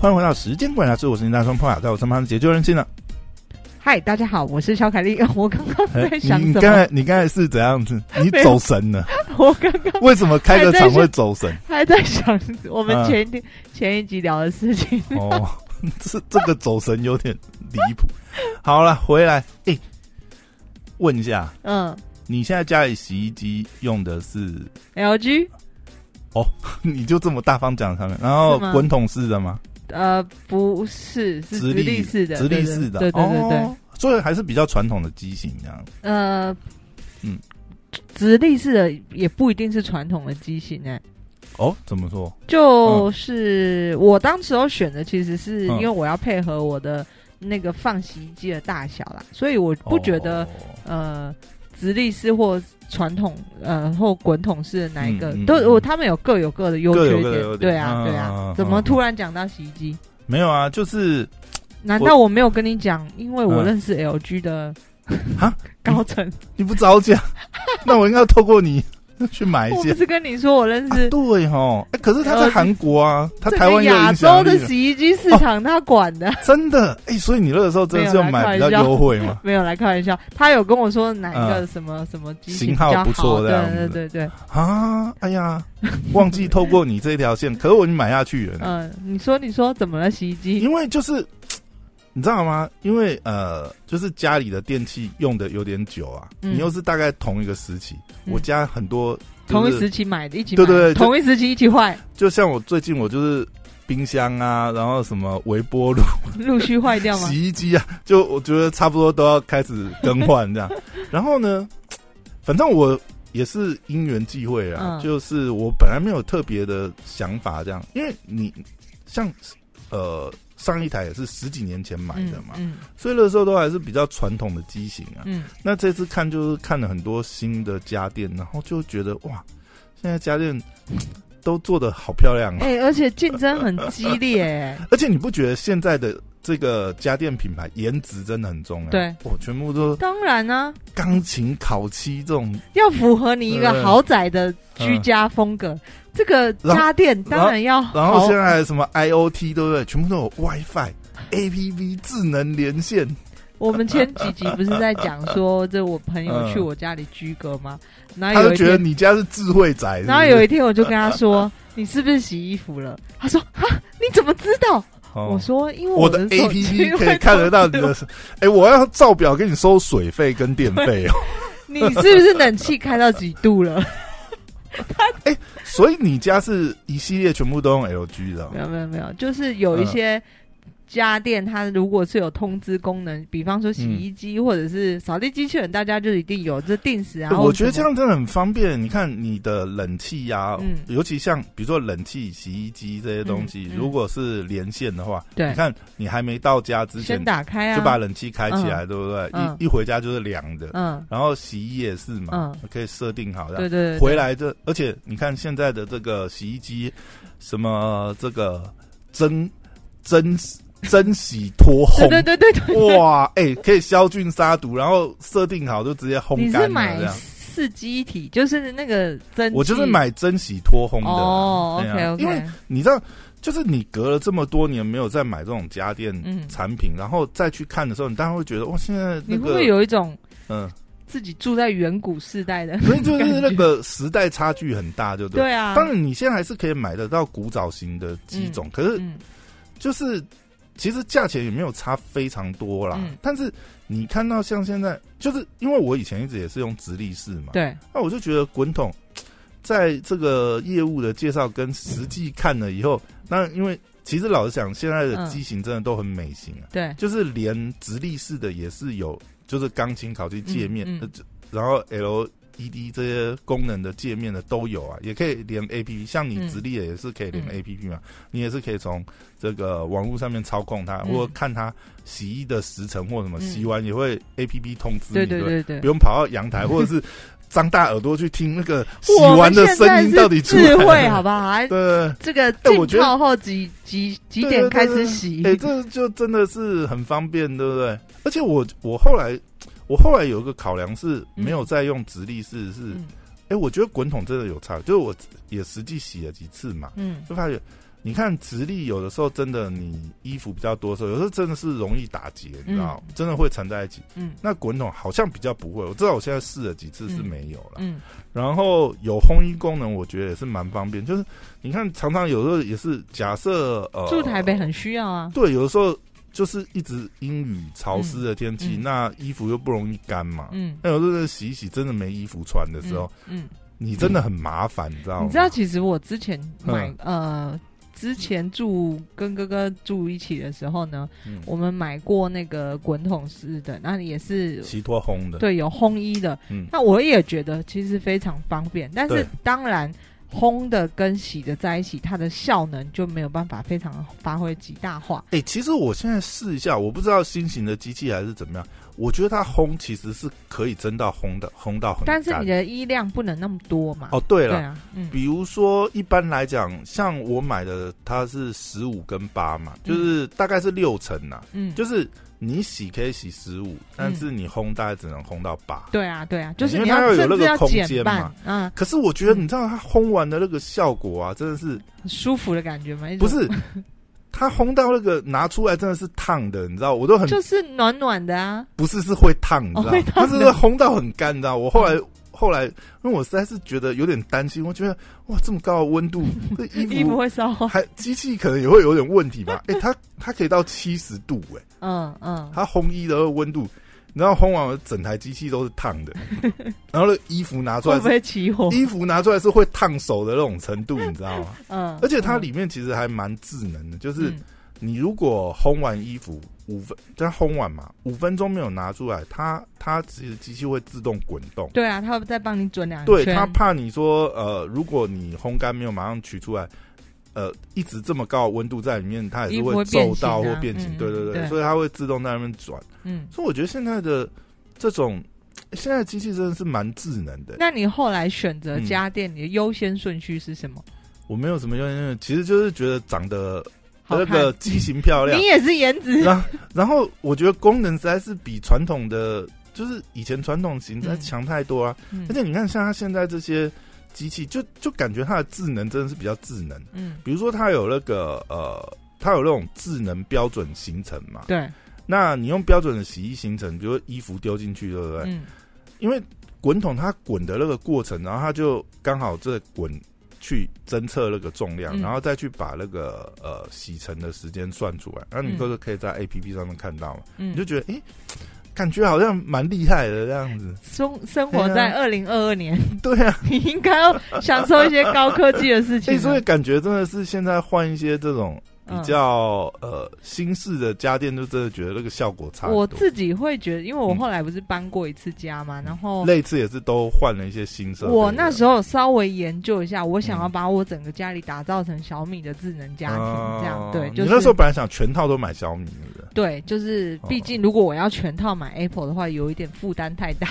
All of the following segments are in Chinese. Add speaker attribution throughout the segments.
Speaker 1: 欢迎回到时间管家，是我是林大双，碰巧在我身旁的解救人气呢。
Speaker 2: 嗨，大家好，我是肖凯丽。 我刚刚
Speaker 1: 哎
Speaker 2: 在
Speaker 1: 你
Speaker 2: 想
Speaker 1: 你
Speaker 2: 什
Speaker 1: 刚
Speaker 2: 么？
Speaker 1: 才你刚才是怎样子？你
Speaker 2: 没有
Speaker 1: 走神了？
Speaker 2: 我刚刚
Speaker 1: 为什么开个场会走 神？
Speaker 2: 还在想我们
Speaker 1: 嗯
Speaker 2: 前一天、前一集聊的事情。
Speaker 1: 哦， 这这个走神有点离谱。好了，回来，哎、问一下，
Speaker 2: 嗯
Speaker 1: 你现在家里洗衣机用的是？
Speaker 2: ，LG
Speaker 1: 你就这么大方讲他们？然后
Speaker 2: 是吗
Speaker 1: 滚筒式的吗？
Speaker 2: 呃不是是直
Speaker 1: 立
Speaker 2: 立式的，
Speaker 1: 直立式的，
Speaker 2: 对对对对对，
Speaker 1: 哦所以还是比较传统的机型这样。
Speaker 2: 呃
Speaker 1: 嗯
Speaker 2: 嗯，直立式的也不一定是传统的机型哎、
Speaker 1: 哦，怎么说？
Speaker 2: 就是、我当时候选的，其实是
Speaker 1: 嗯
Speaker 2: 因为我要配合我的那个放洗衣机的大小啦，所以我不觉
Speaker 1: 哦
Speaker 2: 得、呃直立式或传统呃或滚筒式的哪一个，
Speaker 1: 嗯嗯
Speaker 2: 都
Speaker 1: 嗯
Speaker 2: 我他们有各有各的优
Speaker 1: 各
Speaker 2: 缺
Speaker 1: 有
Speaker 2: 点，
Speaker 1: 各的优点
Speaker 2: 对啊
Speaker 1: 嗯
Speaker 2: 对
Speaker 1: 嗯嗯
Speaker 2: 啊
Speaker 1: 嗯，
Speaker 2: 怎么突然讲到洗衣机？
Speaker 1: 没有啊，就是
Speaker 2: 难道我没有跟你讲？因为我
Speaker 1: 嗯
Speaker 2: 认识 LG 的
Speaker 1: 啊
Speaker 2: 高层，
Speaker 1: 你不早 讲，那我应该要透过你 去买一
Speaker 2: 我
Speaker 1: 些
Speaker 2: 不。是跟你说我认
Speaker 1: 哎啊
Speaker 2: 识、
Speaker 1: 对哈、哎，可是他在
Speaker 2: 呃
Speaker 1: 韩国啊，他
Speaker 2: 整
Speaker 1: 台
Speaker 2: 个
Speaker 1: 湾有
Speaker 2: 亚
Speaker 1: 影
Speaker 2: 洲
Speaker 1: 响
Speaker 2: 的
Speaker 1: 力啊，
Speaker 2: 洗衣机市场他管的，
Speaker 1: 真的哎、所以你那个时候真的是要
Speaker 2: 没有啦
Speaker 1: 买比较
Speaker 2: 开玩笑
Speaker 1: 优惠嘛？
Speaker 2: 没有来开玩笑， 他有跟我说哪一个什么、什么机型
Speaker 1: 啊型号
Speaker 2: 比较
Speaker 1: 不错
Speaker 2: 好
Speaker 1: 这样
Speaker 2: 对
Speaker 1: 子
Speaker 2: 对对对，
Speaker 1: 啊，哎呀，忘记透过你这条线，可是我已经买下去 了呢、
Speaker 2: 嗯、你说你说怎么了洗衣机？
Speaker 1: 因为嗯就是你知道吗？因为呃，就是家里的电器用的有点久啊，
Speaker 2: 嗯
Speaker 1: 你又是大概同一个时期，
Speaker 2: 嗯
Speaker 1: 我家很多、就是、
Speaker 2: 同一时期买的，一起
Speaker 1: 对
Speaker 2: 买，
Speaker 1: 对对就
Speaker 2: 同一时期一起坏，
Speaker 1: 就像我最近我就是冰箱啊，然后什么微波炉、
Speaker 2: 陆续坏掉吗？
Speaker 1: 洗衣机啊，就我觉得差不多都要开始更换这 样。然后呢，反正我也是因缘际会啊，
Speaker 2: 嗯
Speaker 1: 就是我本来没有特别的想法这样，因为你像呃上一台也是十几年前买的嘛，
Speaker 2: 嗯
Speaker 1: 所以那时候都还是比较传统的机型啊。
Speaker 2: 嗯
Speaker 1: 那这次看就是看了很多新的家电，然后就觉得哇，现在家电都做的好漂亮
Speaker 2: 嗯，
Speaker 1: 啊！
Speaker 2: 哎、而且竞争很激烈、哎
Speaker 1: 而且你不觉得现在的这个家电品牌颜值真的很重要？
Speaker 2: 对
Speaker 1: 哇，我全部都
Speaker 2: 当然呢、
Speaker 1: 钢琴、烤漆这种，
Speaker 2: 要符合你一个豪宅的居家风格，这个家电当然要
Speaker 1: 嗯然后
Speaker 2: 好
Speaker 1: 现在还有什么 IOT 对不对？全部都有 WiFi、APP 智能连线，
Speaker 2: 我们前几集不是在讲 说，这我朋友去
Speaker 1: 嗯
Speaker 2: 我家里居隔吗？然
Speaker 1: 他
Speaker 2: 后有
Speaker 1: 就
Speaker 2: 一
Speaker 1: 觉得
Speaker 2: 天，
Speaker 1: 你家是智慧宅是不是。
Speaker 2: 然后有一天我就跟他说：“你是不是洗衣服了？”他说：“啊，你怎么知道？”
Speaker 1: 哦
Speaker 2: 我说：“因为
Speaker 1: 我
Speaker 2: 的
Speaker 1: 的
Speaker 2: 手机
Speaker 1: APP
Speaker 2: 会
Speaker 1: 可以看得到你
Speaker 2: 通知我
Speaker 1: 的，哎、我要照表给你收水费跟电费哦。
Speaker 2: 你是不是冷气开到几度了？
Speaker 1: 所以你家是一系列全部都用 LG 的哦、
Speaker 2: 没有没有没有，就是有一些
Speaker 1: 嗯
Speaker 2: 家电，它如果是有通知功能，比方说洗衣机或者是扫地机器人，大家就一定有这定时啊。
Speaker 1: 对
Speaker 2: 或者
Speaker 1: 我觉得这
Speaker 2: 什么，
Speaker 1: 样真的很方便。你看你的冷气呀、
Speaker 2: 嗯
Speaker 1: 尤其像比如说冷气、洗衣机这些东西，
Speaker 2: 嗯嗯
Speaker 1: 如果是连线的话，你
Speaker 2: 对，
Speaker 1: 看你还没到家之前
Speaker 2: 先打开啊，
Speaker 1: 就把冷气开起来，对不对？
Speaker 2: 嗯
Speaker 1: 一一回家就是凉的，
Speaker 2: 嗯，
Speaker 1: 然后洗衣也是嘛，可以设定好的。
Speaker 2: 对对对，
Speaker 1: 回来这，而且你看现在的这个洗衣机，什么这个蒸蒸蒸洗脱烘
Speaker 2: 对，对对对对，
Speaker 1: 哇，哎、可以消菌杀毒，然后设定好就直接烘
Speaker 2: 你
Speaker 1: 干
Speaker 2: 是
Speaker 1: 了这
Speaker 2: 买
Speaker 1: 样。
Speaker 2: 四机一体，就是那个蒸，
Speaker 1: 我就是。买蒸洗脱烘的啦
Speaker 2: 哦
Speaker 1: 对啊
Speaker 2: ，OK OK，
Speaker 1: 因为你知道，就是你隔了这么多年没有再买这种家电
Speaker 2: 嗯
Speaker 1: 产品，然后再去看的时候，你当然会觉得哇，哦现在那
Speaker 2: 你会不
Speaker 1: 个
Speaker 2: 会有一种
Speaker 1: 嗯，
Speaker 2: 自己住在远古世代的？
Speaker 1: 所以就是那个时代差距很大，就对了。
Speaker 2: 对啊，
Speaker 1: 当然，你现在还是可以买得到古早型的机种，可是
Speaker 2: 嗯，
Speaker 1: 就是其实价钱也没有差非常多啦。
Speaker 2: 嗯
Speaker 1: 但是你看到像现在，就是因为我以前一直也是用直立式嘛，
Speaker 2: 对，
Speaker 1: 那我就觉得滚筒在这个业务的介绍跟实际看了以后，那因为其实老实讲，现在的
Speaker 2: 嗯
Speaker 1: 机型真的都很美型啊，
Speaker 2: 对，
Speaker 1: 就是连直立式的也是有，就是钢琴烤漆界面，
Speaker 2: 嗯嗯
Speaker 1: 呃这然后 LED 这些功能的界面的都有啊，也可以连 APP，像你
Speaker 2: 嗯
Speaker 1: 直立的也是可以连
Speaker 2: 嗯
Speaker 1: APP 嘛，你也是可以从这个网络上面操控它，
Speaker 2: 嗯
Speaker 1: 或者看它洗衣的时程或什么，
Speaker 2: 嗯
Speaker 1: 洗完也会 APP 通知你，
Speaker 2: 对
Speaker 1: 对
Speaker 2: 对
Speaker 1: 不
Speaker 2: 对对
Speaker 1: 不。用跑到阳台，或者 是张大耳朵去听那个洗
Speaker 2: 我
Speaker 1: 完
Speaker 2: 们
Speaker 1: 的
Speaker 2: 现在
Speaker 1: 声音
Speaker 2: 是
Speaker 1: 到底出来
Speaker 2: 智慧
Speaker 1: 了
Speaker 2: 好不好？还
Speaker 1: 对，
Speaker 2: 这个
Speaker 1: 哎我觉
Speaker 2: 浸
Speaker 1: 得
Speaker 2: 泡后几几几点开始洗
Speaker 1: 哎、？这就真的是很方便，对不对？而且我我后来我后来有一个考量是没有再用直立式，是哎、
Speaker 2: 嗯
Speaker 1: 我觉得滚筒真的有差，就是我也实际洗了几次嘛，
Speaker 2: 嗯
Speaker 1: 就发觉你看直立有的时候真的你衣服比较多的时候，有时候真的是容易打结，你知道，真的会缠在一起。
Speaker 2: 嗯
Speaker 1: 那滚筒好像比较不会，我知道我现在试了几次是没有了。
Speaker 2: 嗯
Speaker 1: 然后有烘衣功能，我觉得也是蛮方便。就是你看，常常有时候也是假设呃，
Speaker 2: 住台北很需要啊。
Speaker 1: 对，有的时候就是一直阴雨潮湿的天气，
Speaker 2: 嗯嗯
Speaker 1: 那衣服又不容易干嘛。
Speaker 2: 嗯，
Speaker 1: 那有时候洗一洗真的没衣服穿的哦时候，
Speaker 2: 嗯，
Speaker 1: 你真的很麻烦，你知道
Speaker 2: 嗯，
Speaker 1: 吗？
Speaker 2: 你知道，其实我之前
Speaker 1: 嗯
Speaker 2: 买呃，之前住跟哥哥住一起的时候呢，
Speaker 1: 嗯
Speaker 2: 我们买过那个滚筒式的，那也是
Speaker 1: 洗脱烘的，
Speaker 2: 对有烘衣的。
Speaker 1: 嗯
Speaker 2: 那我也觉得其实非常方便，但是
Speaker 1: 对
Speaker 2: 当然烘的跟洗的在一起，它的效能就没有办法非常发挥极大化。
Speaker 1: 哎、其实我现在试一下，我不知道新型的机器还是怎么样，我觉得它烘其实是可以蒸到烘的，烘到很干。
Speaker 2: 但是你的衣量不能那么多嘛。
Speaker 1: 哦，对
Speaker 2: 对
Speaker 1: 了，
Speaker 2: 啊，嗯
Speaker 1: 比如说一般来讲，像我买的它是十五跟八嘛，就是大概是六成呐、
Speaker 2: 嗯，
Speaker 1: 就是你洗可以洗十五，但是你烘大概只能烘到八。
Speaker 2: 对啊对啊，就
Speaker 1: 因
Speaker 2: 是
Speaker 1: 为
Speaker 2: 你
Speaker 1: 它要有
Speaker 2: 甚
Speaker 1: 那
Speaker 2: 至
Speaker 1: 个
Speaker 2: 要
Speaker 1: 空
Speaker 2: 减
Speaker 1: 间
Speaker 2: 半
Speaker 1: 嘛
Speaker 2: 啊，
Speaker 1: 可是我觉得，你知道它烘完的那个效果啊，真的是
Speaker 2: 很舒服的感觉嘛。一
Speaker 1: 不
Speaker 2: 种
Speaker 1: 是它烘到那个拿出来真的是烫的，你知道，我都很
Speaker 2: 就是暖暖的啊，
Speaker 1: 不是是会烫，你知
Speaker 2: 哦
Speaker 1: 道
Speaker 2: 会
Speaker 1: 吗？它
Speaker 2: 烫
Speaker 1: 是
Speaker 2: 的
Speaker 1: 烘到很干，你知道？我后来、后来，因为我实在是觉得有点担心，我觉得哇，这么高的温度，这衣服
Speaker 2: 衣服会 烧坏。
Speaker 1: 还机器可能也会有点问题 吧？哎、它它可以到七十度、哎，
Speaker 2: 嗯嗯，
Speaker 1: 它烘衣的温度，然后烘完我整台机器都是烫 的，然后那衣服拿出
Speaker 2: 会
Speaker 1: 来
Speaker 2: 不
Speaker 1: 是。
Speaker 2: 会起火？
Speaker 1: 衣服拿出来是会烫手的那种程 度，你知道吗？
Speaker 2: 嗯，
Speaker 1: 而且它
Speaker 2: 嗯
Speaker 1: 里面其实还蛮智能的，就是
Speaker 2: 嗯
Speaker 1: 你如果烘完衣服五分，它烘完嘛，五分钟没有拿出来，它它其实机器会自动滚动。
Speaker 2: 对啊，他会再帮你转两
Speaker 1: 对，
Speaker 2: 圈
Speaker 1: 它怕你说呃，如果你烘干没有马上取出来，呃，一直这么高的温度在里面，它也
Speaker 2: 衣
Speaker 1: 是
Speaker 2: 服会
Speaker 1: 皱
Speaker 2: 变形
Speaker 1: 到
Speaker 2: 啊
Speaker 1: 或变形。
Speaker 2: 嗯
Speaker 1: 对对对，
Speaker 2: 对
Speaker 1: 所以它会自动在那边转。
Speaker 2: 嗯。
Speaker 1: 所以我觉得现在的这种呃现在的机器真的是蛮智能的。
Speaker 2: 那你后来选择
Speaker 1: 嗯
Speaker 2: 家电，你的优先顺序是什么？
Speaker 1: 我没有什么用，因为其实就是觉得长得
Speaker 2: 好
Speaker 1: 那
Speaker 2: 看，
Speaker 1: 个机型漂亮
Speaker 2: 你，也是颜值，
Speaker 1: 然后然后我觉得功能实在是比传统的，就是以前传统型实在
Speaker 2: 嗯
Speaker 1: 强太多啊。
Speaker 2: 嗯
Speaker 1: 而且你看，像它现在这些机器，就就感觉它的智能真的是比较智能。
Speaker 2: 嗯，
Speaker 1: 比如说它有那个呃，它有那种智能标准行程嘛。
Speaker 2: 对，
Speaker 1: 那你用标准的洗衣行程，比如说衣服丢进去，对不对？
Speaker 2: 嗯
Speaker 1: 因为滚筒它滚的那个过程，然后它就刚好这滚去侦测那个重量，
Speaker 2: 嗯
Speaker 1: 然后再去把那个呃洗程的时间算出来。那你
Speaker 2: 嗯
Speaker 1: 都是可以在 A P P 上面看到嘛，
Speaker 2: 嗯，
Speaker 1: 你就觉得诶，感觉好像蛮厉害的这样子。
Speaker 2: 生生
Speaker 1: 哎
Speaker 2: 活在二零二二年，
Speaker 1: 对啊，
Speaker 2: 你应该要享受一些高科技的事
Speaker 1: 诶，
Speaker 2: 情啊
Speaker 1: 哎所以
Speaker 2: 了。
Speaker 1: 感觉真的是现在换一些这种比
Speaker 2: 嗯
Speaker 1: 较、呃新式的家电，就真的觉得那个效果差很多。嗯
Speaker 2: 我自己会觉得，因为我后来不是搬过一次家嘛，然后
Speaker 1: 类似也是都换了一些新设备的。
Speaker 2: 我那时
Speaker 1: 候
Speaker 2: 候稍微研究一下，我想要
Speaker 1: 嗯
Speaker 2: 把我整个家里打造成小米的智能家庭，这样对，就
Speaker 1: 哦啊你那时候
Speaker 2: 是
Speaker 1: 本来想全套都买小米，是不 是
Speaker 2: 对，就是
Speaker 1: 哦
Speaker 2: 毕竟如果我要全套买 Apple 的话，有一点负担太大。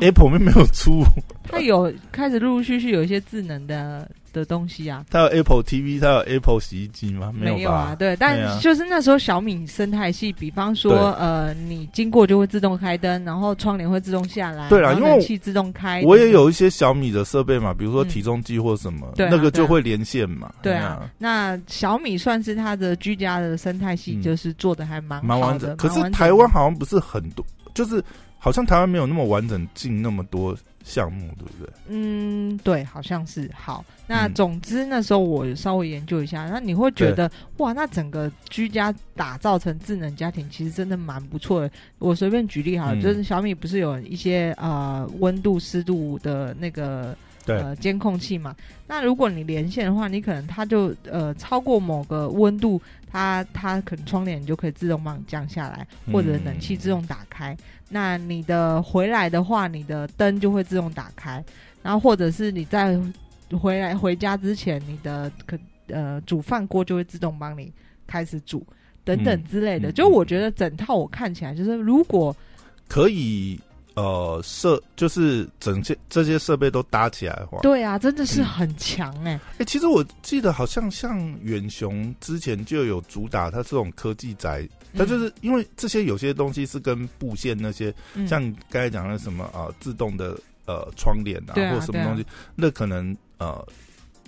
Speaker 1: ？Apple 并没有出，
Speaker 2: 它有开始陆陆续续有一些智能的的东西啊，
Speaker 1: 它有 Apple TV，它有 Apple 洗衣机吗？有
Speaker 2: 没有啊，
Speaker 1: 吧？对
Speaker 2: 对，
Speaker 1: 啊
Speaker 2: 但就是那时候小米生态系，比方说呃，你经过就会自动开灯，然后窗帘会自动下来，
Speaker 1: 对啦
Speaker 2: 然后
Speaker 1: 因为
Speaker 2: 冷气自动开，
Speaker 1: 我也有一些小米的设备嘛，比如说
Speaker 2: 嗯
Speaker 1: 体重计或什么，
Speaker 2: 对啊
Speaker 1: 那个就会连线嘛。
Speaker 2: 对
Speaker 1: 哎
Speaker 2: 啊
Speaker 1: 呀，，
Speaker 2: 那小米算是它的居家的生态系，
Speaker 1: 嗯
Speaker 2: 就是做的还蛮
Speaker 1: 蛮
Speaker 2: 好
Speaker 1: 完
Speaker 2: 的
Speaker 1: 整。可
Speaker 2: 蛮
Speaker 1: 是
Speaker 2: 完整的
Speaker 1: 台湾好像不是很多，就是好像台湾没有那么完整进那么多项目，对不对？
Speaker 2: 嗯，对，好像是好。那
Speaker 1: 嗯
Speaker 2: 总之那时候我稍微研究一下，那你会觉得哇，那整个居家打造成智能家庭，其实真的蛮不错的。我随便举例好了，
Speaker 1: 嗯
Speaker 2: 就是小米不是有一些呃温度、湿度的那个
Speaker 1: 对
Speaker 2: 呃监控器嘛？那如果你连线的话，你可能它就呃超过某个温度，它它可能窗帘你就可以自动帮你降下来，或者冷气自动打开。那你的回来的话，你的灯就会自动打开，然后或者是你在回来回家之前，你的可呃煮饭锅就会自动帮你开始煮，等等之类
Speaker 1: 嗯
Speaker 2: 的。
Speaker 1: 嗯
Speaker 2: 就我觉得整套我看起来就是，如果
Speaker 1: 可以呃设，就是整些这些设备都搭起来的话，
Speaker 2: 对啊，真的是很强哎、
Speaker 1: 哎、其实我记得好像像远雄之前就有主打它这种科技宅，它
Speaker 2: 嗯
Speaker 1: 就是因为这些有些东西是跟布线那些，
Speaker 2: 嗯
Speaker 1: 像你刚才讲的什么啊、呃自动的呃窗帘啊
Speaker 2: 对啊
Speaker 1: 或什么
Speaker 2: 对啊
Speaker 1: 东西，那可能呃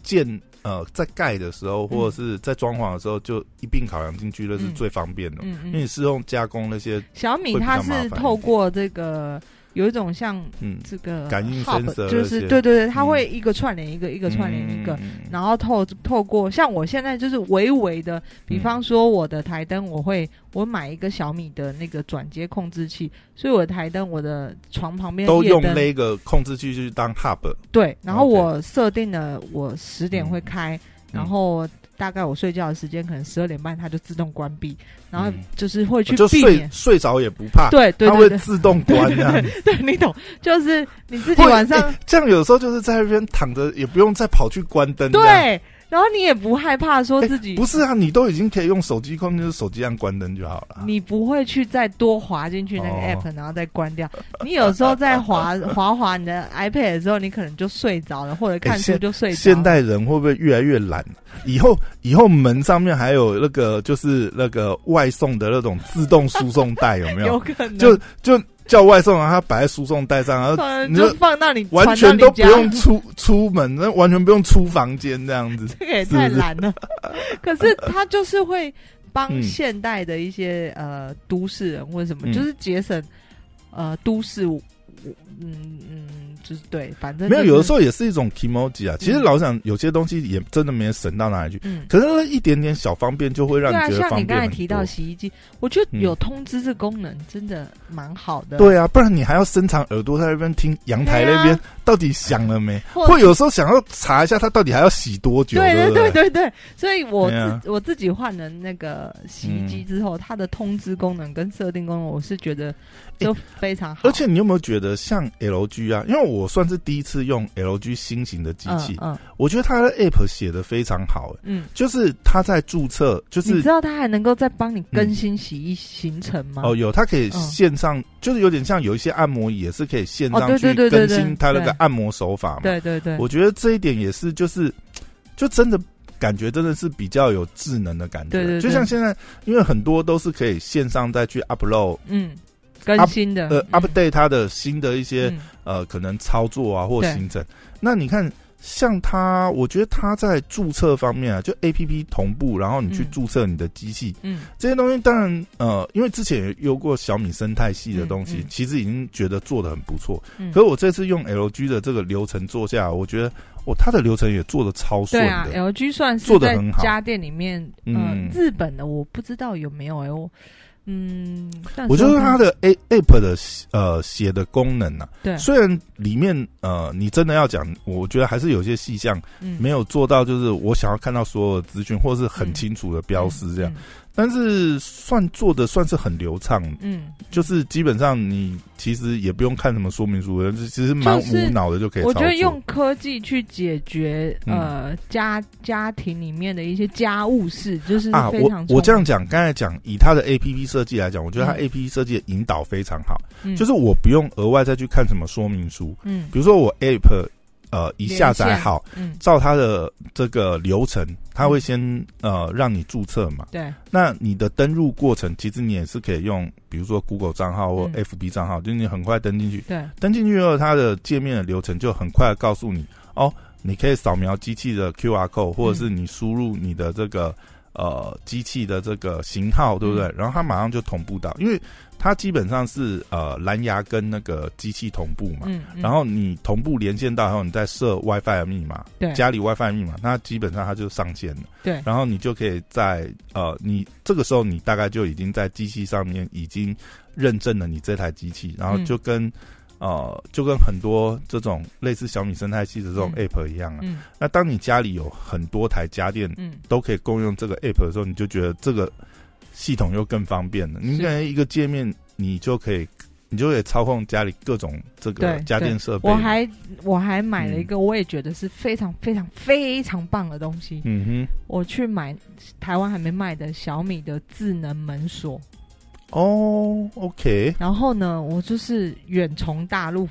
Speaker 1: 建呃在盖的时候或者是在装潢的时候就一并考量进去，那是
Speaker 2: 嗯
Speaker 1: 最方便的。
Speaker 2: 嗯
Speaker 1: 因为
Speaker 2: 嗯，
Speaker 1: 你是用加工那些，
Speaker 2: 小米
Speaker 1: 会比较
Speaker 2: 它
Speaker 1: 麻
Speaker 2: 是
Speaker 1: 烦
Speaker 2: 透过这个有一种像
Speaker 1: 嗯，
Speaker 2: 这个
Speaker 1: 感应
Speaker 2: hub，
Speaker 1: sensor
Speaker 2: 就
Speaker 1: 那些
Speaker 2: 是对对对，它
Speaker 1: 嗯
Speaker 2: 会一个串联一个，一
Speaker 1: 一
Speaker 2: 个串联一个，
Speaker 1: 嗯、
Speaker 2: 然后透透过像我现在就是微微的，比方说我的台灯，我会我买一个小米的那个转接控制器，所以我的台灯，我的床旁边
Speaker 1: 都
Speaker 2: 的
Speaker 1: 用
Speaker 2: 夜灯
Speaker 1: 那个控制器去当 hub，
Speaker 2: 对，然后
Speaker 1: OK
Speaker 2: 我设定了我十点会开，然后大概我睡觉的时间可能十二点半它就自动关闭，然后
Speaker 1: 嗯
Speaker 2: 就是会去
Speaker 1: 就
Speaker 2: 避
Speaker 1: 睡
Speaker 2: 免，
Speaker 1: 睡着也不怕，
Speaker 2: 对对
Speaker 1: 它
Speaker 2: 对
Speaker 1: 会
Speaker 2: 对
Speaker 1: 自动关这样 子。
Speaker 2: 对，你懂，就是你自己
Speaker 1: 会
Speaker 2: 晚上、
Speaker 1: 欸这样有时候就是在那边躺着，也不用再跑去关灯。这样，
Speaker 2: 对，然后你也不害怕说自己、
Speaker 1: 啊不是啊，你都已经可以用手机控制，就是手机按关灯就好了。
Speaker 2: 你不会去再多滑进去那个
Speaker 1: 啊哦
Speaker 2: app，、然后再关掉。你有时候在滑 滑滑你的 iPad 的时候，你可能就睡着了，或者看书
Speaker 1: 现
Speaker 2: 就睡着了。
Speaker 1: 现代人会不会越来越懒？以后以后门上面还有那个就是那个外送的那种自动输送带，有没
Speaker 2: 有
Speaker 1: 有？
Speaker 2: 可能
Speaker 1: 就就叫外送，然后它摆在输送带上，然后
Speaker 2: 可能
Speaker 1: 你
Speaker 2: 就
Speaker 1: 就
Speaker 2: 放到你
Speaker 1: 完
Speaker 2: 传
Speaker 1: 全都
Speaker 2: 到你
Speaker 1: 不
Speaker 2: 家
Speaker 1: 用出出门，那完全不用出房间这样子。
Speaker 2: 这个也
Speaker 1: 是不
Speaker 2: 太
Speaker 1: 是
Speaker 2: 难 了。可是他就是会帮
Speaker 1: 嗯
Speaker 2: 现代的一些、呃都市人或者什么，
Speaker 1: 嗯
Speaker 2: 就是节省呃都市，我嗯嗯，就是对，反正、
Speaker 1: 没有，有的时
Speaker 2: 候，
Speaker 1: 候也是一种 emoji 啊。其实
Speaker 2: 嗯
Speaker 1: 老实讲，有些东西也真的没省到哪里去。
Speaker 2: 嗯，
Speaker 1: 可是那一点点小方便就会让
Speaker 2: 对
Speaker 1: 你
Speaker 2: 啊，
Speaker 1: 觉得
Speaker 2: 像
Speaker 1: 方
Speaker 2: 你刚
Speaker 1: 便
Speaker 2: 才
Speaker 1: 很
Speaker 2: 提
Speaker 1: 多
Speaker 2: 到洗衣机，我觉得
Speaker 1: 嗯
Speaker 2: 有通知这功能真的蛮好的。，
Speaker 1: 对啊，不然你还要伸长耳朵在那边听阳台那边
Speaker 2: 对
Speaker 1: 到底响了没？
Speaker 2: 或
Speaker 1: 或有时候想要查一下它到底还要洗多久，
Speaker 2: 对
Speaker 1: 不
Speaker 2: 对对对，所以我自、
Speaker 1: 对啊嗯
Speaker 2: 我自己换了那个洗衣机之后，它的通知功能跟设定功能，我是觉得就非常好。
Speaker 1: 哎而且你有没有觉得像 LG 啊？因为我算是第一次用 LG 新型的机器，
Speaker 2: 嗯
Speaker 1: 我觉得它的 App 写的非常好、欸
Speaker 2: 嗯嗯，
Speaker 1: 就是它在注册，就
Speaker 2: 你
Speaker 1: 是嗯
Speaker 2: 知道它还能够再帮你更新洗衣行程吗？
Speaker 1: 哦，有它可以
Speaker 2: 嗯
Speaker 1: 线上，就是有点像有一些按摩椅也是可以线
Speaker 2: 哦
Speaker 1: 上
Speaker 2: 对
Speaker 1: 去
Speaker 2: 对对对
Speaker 1: 更
Speaker 2: 对
Speaker 1: 新它那
Speaker 2: 对
Speaker 1: 个按摩手法嘛。
Speaker 2: 对对对，
Speaker 1: 我觉得这一点也是，就是就真的感觉真的是比较有智能的感觉。
Speaker 2: 对对对
Speaker 1: 就像现在，因为很多都是可以线上再去 upload。
Speaker 2: 嗯，更
Speaker 1: up-
Speaker 2: 新的
Speaker 1: 呃、
Speaker 2: 嗯
Speaker 1: u p d a t e 它的新的一些、
Speaker 2: 嗯
Speaker 1: 呃可能操作啊或
Speaker 2: 对
Speaker 1: 行程。那你看，像它，我觉得它在注册方面啊，就 A P P 同步，然后你去
Speaker 2: 嗯
Speaker 1: 注册你的机器，
Speaker 2: 嗯
Speaker 1: 这些东西当然呃，因为之前也有过小米生态系的东西，
Speaker 2: 嗯嗯
Speaker 1: 其实已经觉得做的很不错。
Speaker 2: 嗯，
Speaker 1: 可我这次用 LG 的这个流程做下来，我觉得哦，它的流程也做的超顺
Speaker 2: 对
Speaker 1: 的。
Speaker 2: 啊，LG 算是
Speaker 1: 做得
Speaker 2: 在
Speaker 1: 很好
Speaker 2: 家电里面，嗯
Speaker 1: 嗯，
Speaker 2: 日本的我不知道有没有哎，我嗯，但
Speaker 1: 我觉得
Speaker 2: 说
Speaker 1: 它的 A App 的呃写的功能呢、
Speaker 2: 对
Speaker 1: 啊，虽然里面呃你真的要讲，我觉得还是有些细项
Speaker 2: 嗯
Speaker 1: 没有做到，就是我想要看到所有的资讯或是很
Speaker 2: 嗯
Speaker 1: 清楚的标识这样，，
Speaker 2: 嗯
Speaker 1: 但是算做的算是很流畅，
Speaker 2: 嗯，
Speaker 1: 就是基本上你其实也不用看什么说明书的，其实蛮
Speaker 2: 就是
Speaker 1: 无脑的就可以操
Speaker 2: 我
Speaker 1: 作。
Speaker 2: 觉得用科技去解决
Speaker 1: 嗯
Speaker 2: 呃家家庭里面的一些家务事，就是
Speaker 1: 啊，
Speaker 2: 非
Speaker 1: 我
Speaker 2: 常
Speaker 1: 我这样讲，刚才讲以它的 A P P 设计来讲，我觉得它
Speaker 2: 嗯
Speaker 1: A P P 设计的引导非常好，
Speaker 2: 嗯
Speaker 1: 就是我不用额外再去看什么说明书，
Speaker 2: 嗯
Speaker 1: 比如说我 App 呃一下载好，
Speaker 2: 嗯
Speaker 1: 照它的这个流程，它会先呃让你注册嘛。
Speaker 2: 对
Speaker 1: 那你的登录过程，其实你也是可以用，比如说 Google 账号或
Speaker 2: 嗯
Speaker 1: FB 账号，就是你很快登进去，
Speaker 2: 对
Speaker 1: 登进去后，它的界面的流程就很快地告诉你哦，你可以扫描机器的 QR code，或者是你输入你的这个呃机器的这个型号，对不对？然后它马上就同步到，因为它基本上是呃蓝牙跟那个机器同步嘛。
Speaker 2: 嗯，嗯
Speaker 1: 然后你同步连线到，然后你再设 WiFi 的密码，
Speaker 2: 对
Speaker 1: 家里 WiFi 的密码，那基本上它就上线了。
Speaker 2: 对
Speaker 1: 然后你就可以在呃，你这个时候你大概就已经在机器上面已经认证了你这台机器，然后
Speaker 2: 嗯
Speaker 1: 就跟、呃，就跟很多这种类似小米生态系的这种
Speaker 2: 嗯
Speaker 1: app 一样啊。
Speaker 2: 嗯
Speaker 1: 那当你家里有很多台家电
Speaker 2: 嗯
Speaker 1: 都可以共用这个 app 的时候，你就觉得这个系统又更方便了。你
Speaker 2: 是
Speaker 1: 可能一个界面，你就可以。你就可以操控家里各种这个
Speaker 2: 对
Speaker 1: 家电设备。
Speaker 2: 我还我还买了一
Speaker 1: 嗯
Speaker 2: 个，我也觉得是非常非常非常棒的东西。
Speaker 1: 嗯
Speaker 2: 我去买台湾还没卖的小米的智能门锁，
Speaker 1: 哼，哦，OK，
Speaker 2: 然后呢，我就是远从大陆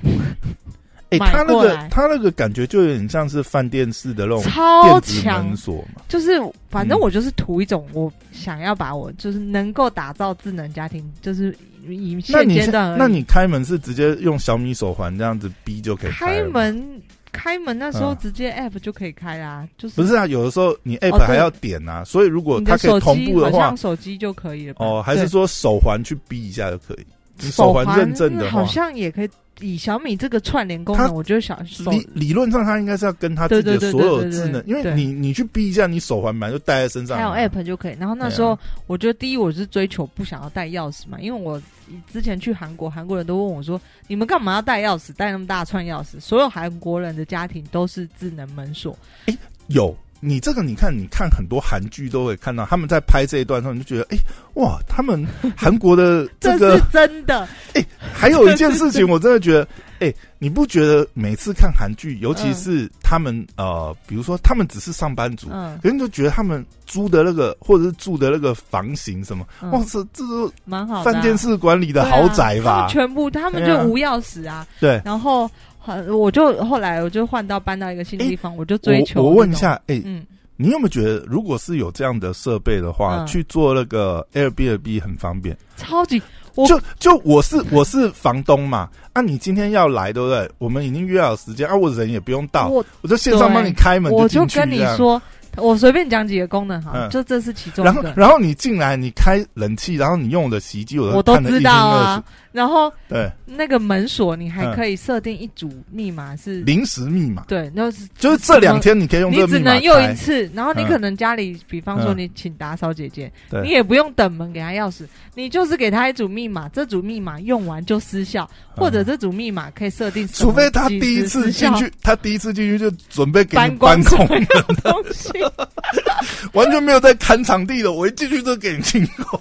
Speaker 1: 哎、
Speaker 2: 买
Speaker 1: 它那
Speaker 2: 过
Speaker 1: 个
Speaker 2: 来
Speaker 1: 它那个感觉就有点像是饭店式的那种
Speaker 2: 超
Speaker 1: 电子
Speaker 2: 强
Speaker 1: 门，锁嘛。
Speaker 2: 就是反正
Speaker 1: 嗯
Speaker 2: 我就是图一种我想要把我就是能够打造智能家庭，就是以
Speaker 1: 那
Speaker 2: 现
Speaker 1: 你
Speaker 2: 阶
Speaker 1: 是
Speaker 2: 段而已
Speaker 1: 那你开门是直接用小米手环这样子逼就可以
Speaker 2: 开
Speaker 1: 了吗？
Speaker 2: 门开门那时候
Speaker 1: 嗯
Speaker 2: 直接 app 就可以开啦，就是
Speaker 1: 不是啊，有的时候你 app
Speaker 2: 哦对
Speaker 1: 还要点啊，所以如果
Speaker 2: 你
Speaker 1: 它
Speaker 2: 的
Speaker 1: 可以
Speaker 2: 手
Speaker 1: 同
Speaker 2: 机
Speaker 1: 步
Speaker 2: 好
Speaker 1: 的话
Speaker 2: 像，手机就可以了吧？
Speaker 1: 哦，还是
Speaker 2: 对
Speaker 1: 说手环去逼一下就可以。你手环认证的话
Speaker 2: 好，像也可以。以小米这个串联功
Speaker 1: 它
Speaker 2: 能，我觉得小手
Speaker 1: 理理论上它应该是要跟它自己的
Speaker 2: 对对对
Speaker 1: 所有
Speaker 2: 对对对
Speaker 1: 智能，因为
Speaker 2: 对
Speaker 1: 你你去逼一下，你手环本来就戴在身上
Speaker 2: 还有
Speaker 1: 了嘛，
Speaker 2: app 就可以。然后
Speaker 1: 啊
Speaker 2: 那时候，我觉得第一我是追求不想要带钥匙嘛，因为我之前去韩国，韩国人都问我说：“你们干嘛要带钥匙？带那么大串钥匙？”所有韩国人的家庭都是智能门锁，
Speaker 1: 有。你这个，你看，你看很多韩剧都会看到，他们在拍这一段的时候，你就觉得，哎、哇，他们韩国 的这
Speaker 2: 这
Speaker 1: 个
Speaker 2: 是 真的。
Speaker 1: 还有一件事情，我真的觉得，哎、你不觉得每次看韩剧，尤其
Speaker 2: 嗯
Speaker 1: 是他们、呃，比如说他们只是上班族，
Speaker 2: 嗯，
Speaker 1: 可是你就觉得他们租的那个或者是住的那个房型什么，
Speaker 2: 嗯
Speaker 1: 哇，这这都
Speaker 2: 蛮好的啊。
Speaker 1: 饭店式管理的
Speaker 2: 对啊
Speaker 1: 豪宅
Speaker 2: 他
Speaker 1: 吧
Speaker 2: 们？全部他们
Speaker 1: 对
Speaker 2: 就
Speaker 1: 啊
Speaker 2: 无钥匙啊。
Speaker 1: 对
Speaker 2: 然后，呃我就后来我就换到搬到一个新的地方，我就追求。
Speaker 1: 我我问一，下，哎、
Speaker 2: 嗯，
Speaker 1: 你有没有觉得，如果是有这样的设备的话，
Speaker 2: 嗯
Speaker 1: 去做那个 Airbnb 很方便？
Speaker 2: 超级我
Speaker 1: 就就我是我是房东嘛，啊，你今天要来对不对？我们已经约好时间啊，我人也不用到，
Speaker 2: 我
Speaker 1: 我就线上帮你开门
Speaker 2: 我
Speaker 1: 进去
Speaker 2: 跟你
Speaker 1: 这样。
Speaker 2: 说，我随便讲几个功能哈
Speaker 1: 嗯，
Speaker 2: 就这是其中
Speaker 1: 然
Speaker 2: 一
Speaker 1: 后，
Speaker 2: 个，
Speaker 1: 然后你进来，你开冷气，然后你用我的洗衣机，
Speaker 2: 我
Speaker 1: 我
Speaker 2: 都
Speaker 1: 看得一
Speaker 2: 知
Speaker 1: 清
Speaker 2: 道
Speaker 1: 二楚
Speaker 2: 啊。。然后
Speaker 1: 对，
Speaker 2: 那个门锁，你还
Speaker 1: 嗯
Speaker 2: 可以设定一组密码是，
Speaker 1: 临时密码
Speaker 2: 对，那是
Speaker 1: 嗯就是这两天你可以用
Speaker 2: 你
Speaker 1: 这个
Speaker 2: 只
Speaker 1: 密码
Speaker 2: 能用
Speaker 1: 开
Speaker 2: 一。次，然后你
Speaker 1: 嗯
Speaker 2: 可能家里，比方说
Speaker 1: 嗯
Speaker 2: 你请打扫姐姐，
Speaker 1: 对
Speaker 2: 你也不用等门给她钥匙，你就是给她一组密码，这组密码用完就失效，或
Speaker 1: 嗯
Speaker 2: 者这组密码可以设定什
Speaker 1: 除
Speaker 2: 么
Speaker 1: 非他
Speaker 2: 几
Speaker 1: 第一
Speaker 2: 时
Speaker 1: 次
Speaker 2: 失
Speaker 1: 进
Speaker 2: 效
Speaker 1: 去，他第一次进去就准备给你
Speaker 2: 搬
Speaker 1: 搬
Speaker 2: 光
Speaker 1: 空，
Speaker 2: 东西，
Speaker 1: 完全没有在看场地的。我一进去就给你进空。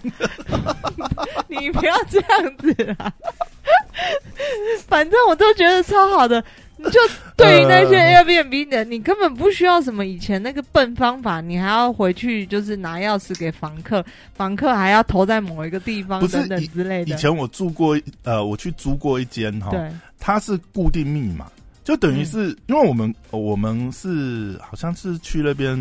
Speaker 2: 你不要这样子啦。 反正我都觉得超好的，你就对于那些
Speaker 1: 呃
Speaker 2: Airbnb 的，你根本不需要什么以前那个笨方法，你还要回去就是拿钥匙给房客，房客还要投在某一个地方
Speaker 1: 不是
Speaker 2: 等等之类
Speaker 1: 以
Speaker 2: 的。
Speaker 1: 前哦我住过，呃，我去租过一间哈，
Speaker 2: 对，嗯
Speaker 1: 它是固定密码，就等于是、因为我们呃我们是好像是去那边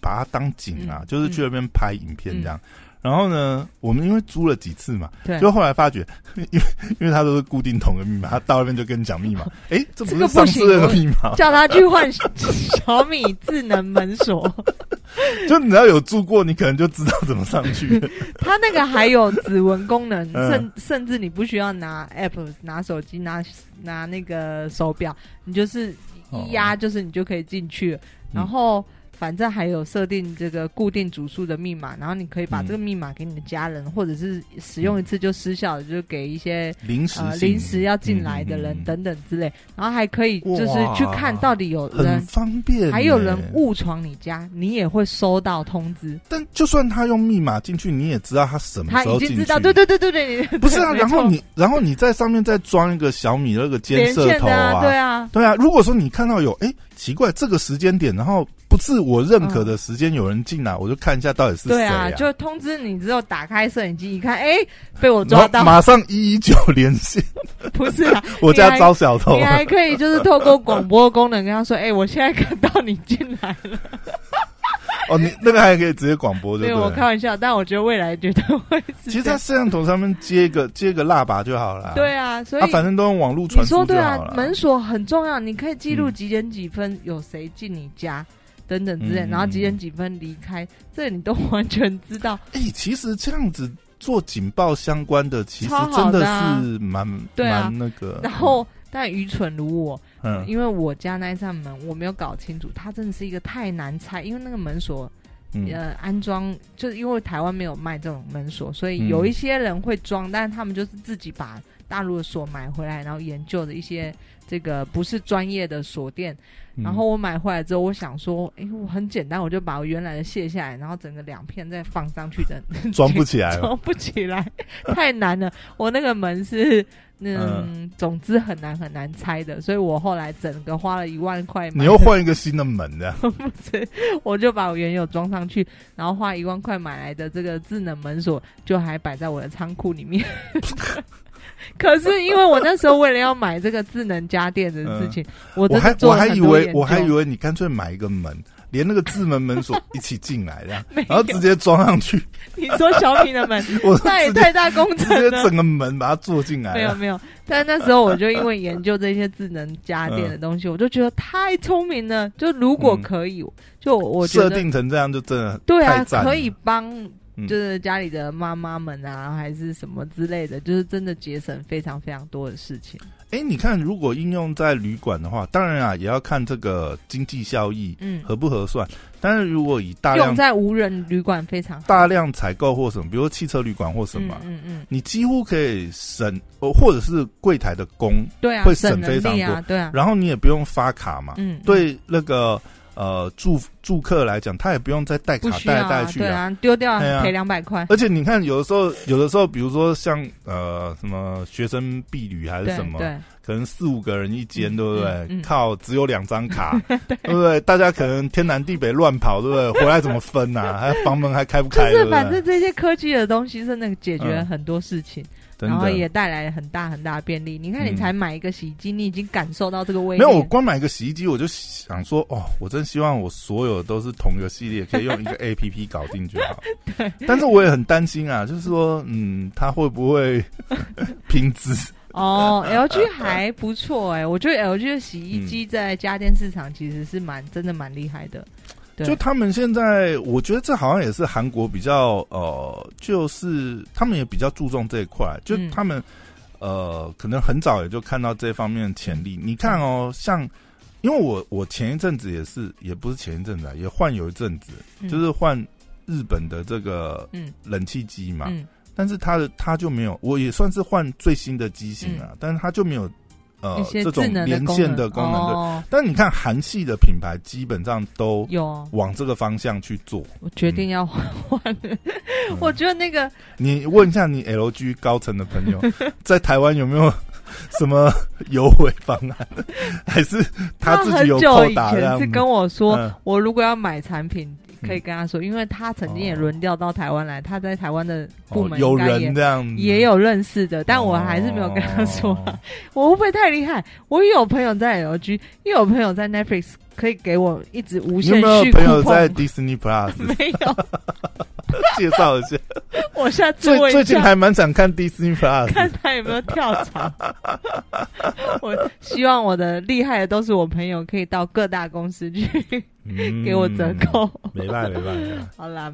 Speaker 1: 把它当景啊，
Speaker 2: 嗯
Speaker 1: 就是去那边拍影片这样。然后呢，我们因为租了几次嘛，
Speaker 2: 对
Speaker 1: 就后来发觉， 因为因为它都是固定同一个密码，他到那边就跟你讲 密码，诶，这不
Speaker 2: 这
Speaker 1: 是
Speaker 2: 个
Speaker 1: 上
Speaker 2: 不行
Speaker 1: 次那个密码吗，
Speaker 2: 叫他去换 小米智能门锁，
Speaker 1: 就你只要有住过，你可能就知道怎么上去了。
Speaker 2: 他那个还有指纹功能，
Speaker 1: 嗯
Speaker 2: 甚甚至你不需要拿 app、拿手机、拿拿那个手表，你就是
Speaker 1: 哦
Speaker 2: 一压，就是你就可以进去
Speaker 1: 嗯
Speaker 2: 了。然后反正还有设定这个固定组数的密码，然后你可以把
Speaker 1: 嗯
Speaker 2: 这个密码给你的家人，或者是使用一次就失效的，就是给一些
Speaker 1: 临时
Speaker 2: 呃
Speaker 1: 性
Speaker 2: 临时要进来的人
Speaker 1: 嗯嗯嗯嗯
Speaker 2: 等等之类。然后还可以就是
Speaker 1: 哇
Speaker 2: 去看到底有
Speaker 1: 嗯很欸
Speaker 2: 人。
Speaker 1: 方便、
Speaker 2: 还有人，误闯你家，你也会收到通知。
Speaker 1: 但就算他用密码进去，你也知道他什么
Speaker 2: 他
Speaker 1: 时候
Speaker 2: 已
Speaker 1: 进
Speaker 2: 经
Speaker 1: 去。
Speaker 2: 知道，对对对对对， 对
Speaker 1: 不是啊，
Speaker 2: 没
Speaker 1: 然后
Speaker 2: 错
Speaker 1: 你，然后你在上面再装一个小米那个监
Speaker 2: 连
Speaker 1: 射
Speaker 2: 线
Speaker 1: 头
Speaker 2: 的啊，对
Speaker 1: 啊
Speaker 2: 啊，
Speaker 1: 对啊。如果说你看到有，哎、奇怪，这个时间点，然后不是我认可的时间有人进来，我就看一下到底是
Speaker 2: 嗯对
Speaker 1: 谁
Speaker 2: 啊，就通知你之后打开摄影机一看，哎，被我
Speaker 1: 然
Speaker 2: 抓
Speaker 1: 后
Speaker 2: 到，
Speaker 1: 马上一一九连线，
Speaker 2: 不是啊，
Speaker 1: 我家招小偷
Speaker 2: 你
Speaker 1: 了。
Speaker 2: 还可以就是透过广播功能跟他说，哎，我现在看到你进来了，
Speaker 1: 哦，你那个还可以直接广播， 对啊
Speaker 2: 对
Speaker 1: 不
Speaker 2: 我
Speaker 1: 对
Speaker 2: 开？玩笑，但我觉得 未来绝对会
Speaker 1: 其
Speaker 2: 是这
Speaker 1: 实，
Speaker 2: 样，
Speaker 1: 在摄像头上面接一个接一个蜡拔就好了。
Speaker 2: 对，啊，所
Speaker 1: 啊，
Speaker 2: 以
Speaker 1: 反正都用网络
Speaker 2: 你
Speaker 1: 传
Speaker 2: 说
Speaker 1: 输就
Speaker 2: 对
Speaker 1: 好
Speaker 2: 啊
Speaker 1: 了，。
Speaker 2: 门锁很重要，你可以记录
Speaker 1: 嗯
Speaker 2: 几点几分有谁进你家。等等之类，
Speaker 1: 嗯
Speaker 2: 然后几点几分离开，这你都完全 知道。
Speaker 1: 哎、其实这样子做警报相关的，其实
Speaker 2: 超好
Speaker 1: 真的
Speaker 2: 的啊
Speaker 1: 是蛮
Speaker 2: 对啊
Speaker 1: 蛮那个。
Speaker 2: 然后，但愚蠢如我，
Speaker 1: 嗯，
Speaker 2: 因为我家那一扇门我没有搞清楚，它真的是一个太难拆，因为那个门锁、
Speaker 1: 嗯
Speaker 2: 呃安装，就是因为台湾没有卖这种门锁，所
Speaker 1: 嗯
Speaker 2: 以有一些人会装，但是他们就是自己把大陆的锁买回来，然后研究的一些这个不是专业的锁店。
Speaker 1: 嗯
Speaker 2: 然后我买回来之后，我想说，诶，我很简单，我就把我原来的卸下来，然后整个两片再放上去的，
Speaker 1: 嗯装不起来了。
Speaker 2: 装不起来，太难了。我那个门是，嗯，总之很难很难拆的，所以我后来整个花了一万块，
Speaker 1: 你又，换一个新的门的，
Speaker 2: 我就把我原有装上去，然后花一万块买来的这个智能门锁，就还摆在我的仓库里面。 可是因为我那时候为了要买 这个智能家电的事情，我
Speaker 1: 我
Speaker 2: 真的
Speaker 1: 还嗯
Speaker 2: 做
Speaker 1: 我
Speaker 2: 了
Speaker 1: 还
Speaker 2: 很
Speaker 1: 以
Speaker 2: 多
Speaker 1: 为
Speaker 2: 研究
Speaker 1: 我还以为你干脆买一个门，连那个自门门锁一起进来，这样，
Speaker 2: 没
Speaker 1: 然后
Speaker 2: 有，
Speaker 1: 直接装上去，
Speaker 2: 你说小米的门，
Speaker 1: 我
Speaker 2: 那 也
Speaker 1: 直接
Speaker 2: 太大工
Speaker 1: 直接
Speaker 2: 程了。
Speaker 1: 整个门把它做进来
Speaker 2: 没有
Speaker 1: 了。
Speaker 2: 没有，但是那时候我就因为研究这些智能家电的东西，我就觉得太聪明了。就如果
Speaker 1: 嗯
Speaker 2: 可以，就我觉
Speaker 1: 设
Speaker 2: 得
Speaker 1: 定成这样就真的
Speaker 2: 对啊
Speaker 1: 太，赞了
Speaker 2: 可以帮
Speaker 1: 嗯
Speaker 2: 就是家里的妈妈们啊，还是什么之类的，就是真的节省非常非常多的事情。
Speaker 1: 哎、你看，如果应用在旅馆的话，当然啊，也要看这个经济效益
Speaker 2: 嗯，
Speaker 1: 合不合算。但是如果以大
Speaker 2: 用
Speaker 1: 量
Speaker 2: 在无人旅馆非常好。
Speaker 1: 大量采购或什么，比如说汽车旅馆或什么啊，
Speaker 2: 嗯嗯
Speaker 1: 你几乎可以省，呃或者是柜台的工
Speaker 2: 嗯，，对啊，
Speaker 1: 会
Speaker 2: 省
Speaker 1: 省
Speaker 2: 能
Speaker 1: 非常
Speaker 2: 力啊，对啊，
Speaker 1: 然后你也不用发卡嘛。
Speaker 2: 嗯，嗯，
Speaker 1: 对那个呃住住客来讲，他也不用再带
Speaker 2: 不
Speaker 1: 卡
Speaker 2: 需要
Speaker 1: 带来带
Speaker 2: 啊，
Speaker 1: 去
Speaker 2: 对。啊，丢掉
Speaker 1: 哎呀
Speaker 2: 赔两百块，
Speaker 1: 而且你看，有的时候，有的时候，比如说像呃什么学生避旅还是
Speaker 2: 对
Speaker 1: 什么，
Speaker 2: 对，
Speaker 1: 可能四五个人一间，
Speaker 2: 嗯
Speaker 1: 对不对？
Speaker 2: 嗯嗯
Speaker 1: 靠，只有两张 卡，对不对？大家可能天南地北乱跑，对不对？回来怎么分呐、啊？还房门还开不
Speaker 2: 就
Speaker 1: 开？对
Speaker 2: 是
Speaker 1: 不
Speaker 2: 反
Speaker 1: 对？
Speaker 2: 正这些科技的东西真的解决了
Speaker 1: 嗯
Speaker 2: 很多事情，
Speaker 1: 真
Speaker 2: 然后
Speaker 1: 的
Speaker 2: 也带来很大很大的便利。你看，你
Speaker 1: 嗯
Speaker 2: 才买一个洗衣机，你已经感受到这个味
Speaker 1: 没有，
Speaker 2: 道。
Speaker 1: 我光买个洗衣机，我就想说，哦，我真希望我所有都是同一个系列，可以用一 个 A P P 搞定就好。但是我也很担心啊，就是说，嗯，它会不会 拼资？
Speaker 2: 哦，LG 还不错哎、我觉得 LG 的洗衣机在家电市场其实是蛮真的蛮厉害的。对
Speaker 1: 就他们现在，我觉得这好像也是韩国比较呃，就是他们也比较注重这一块，就
Speaker 2: 嗯
Speaker 1: 他们、呃，可能很早也就看到这方面的潜力。你看
Speaker 2: 嗯
Speaker 1: 哦，像因为我我前一阵子也是，也不是前一阵子啊，也换有一阵子，
Speaker 2: 嗯
Speaker 1: 就是换日本的这个
Speaker 2: 嗯
Speaker 1: 冷气机嘛，
Speaker 2: 嗯
Speaker 1: 但是它的它就没有，我也算是换最新的机型啊，但是它就没有呃
Speaker 2: 嗯一些
Speaker 1: 这种
Speaker 2: 智能
Speaker 1: 连
Speaker 2: 功
Speaker 1: 线
Speaker 2: 能
Speaker 1: 的功能。对，
Speaker 2: 哦、
Speaker 1: 但你看韩系的品牌基本上都。
Speaker 2: 有哦，
Speaker 1: 往这个方向去做。
Speaker 2: 我决定要换。
Speaker 1: 嗯
Speaker 2: 我觉得那个
Speaker 1: 你问一下你 LG 高层的 朋友，在台湾有没有什么优惠方案？还是 他自己
Speaker 2: 很
Speaker 1: 有
Speaker 2: 久
Speaker 1: 扣
Speaker 2: 以
Speaker 1: 打这
Speaker 2: 前
Speaker 1: 样
Speaker 2: 是
Speaker 1: 子
Speaker 2: 跟？我说，
Speaker 1: 嗯
Speaker 2: 我如果要买产品，可以跟他说，因为他曾经也轮调到台湾来，他在台湾的部
Speaker 1: 哦
Speaker 2: 门
Speaker 1: 有
Speaker 2: 应该也、
Speaker 1: 人这样子，
Speaker 2: 也有认识的，但我还是没有跟他说。
Speaker 1: 哦
Speaker 2: 我会不会太厉害？我也有朋友在 LG，也有朋友在 Netflix，可以给我一直 无
Speaker 1: 你有
Speaker 2: 限
Speaker 1: 没有
Speaker 2: 续
Speaker 1: 朋友
Speaker 2: coupon
Speaker 1: 在 Disney Plus
Speaker 2: 没有，
Speaker 1: 介绍一 下？
Speaker 2: 我下次
Speaker 1: 最
Speaker 2: 问
Speaker 1: 最
Speaker 2: 一
Speaker 1: 近
Speaker 2: 下，
Speaker 1: 还蛮想看 Disney Plus，
Speaker 2: 看他有没有跳槽。 我希望我的厉害的都是我朋友，可以到各大公司去
Speaker 1: 嗯
Speaker 2: 给我折扣。
Speaker 1: 没办法，没办 法。
Speaker 2: 好啦，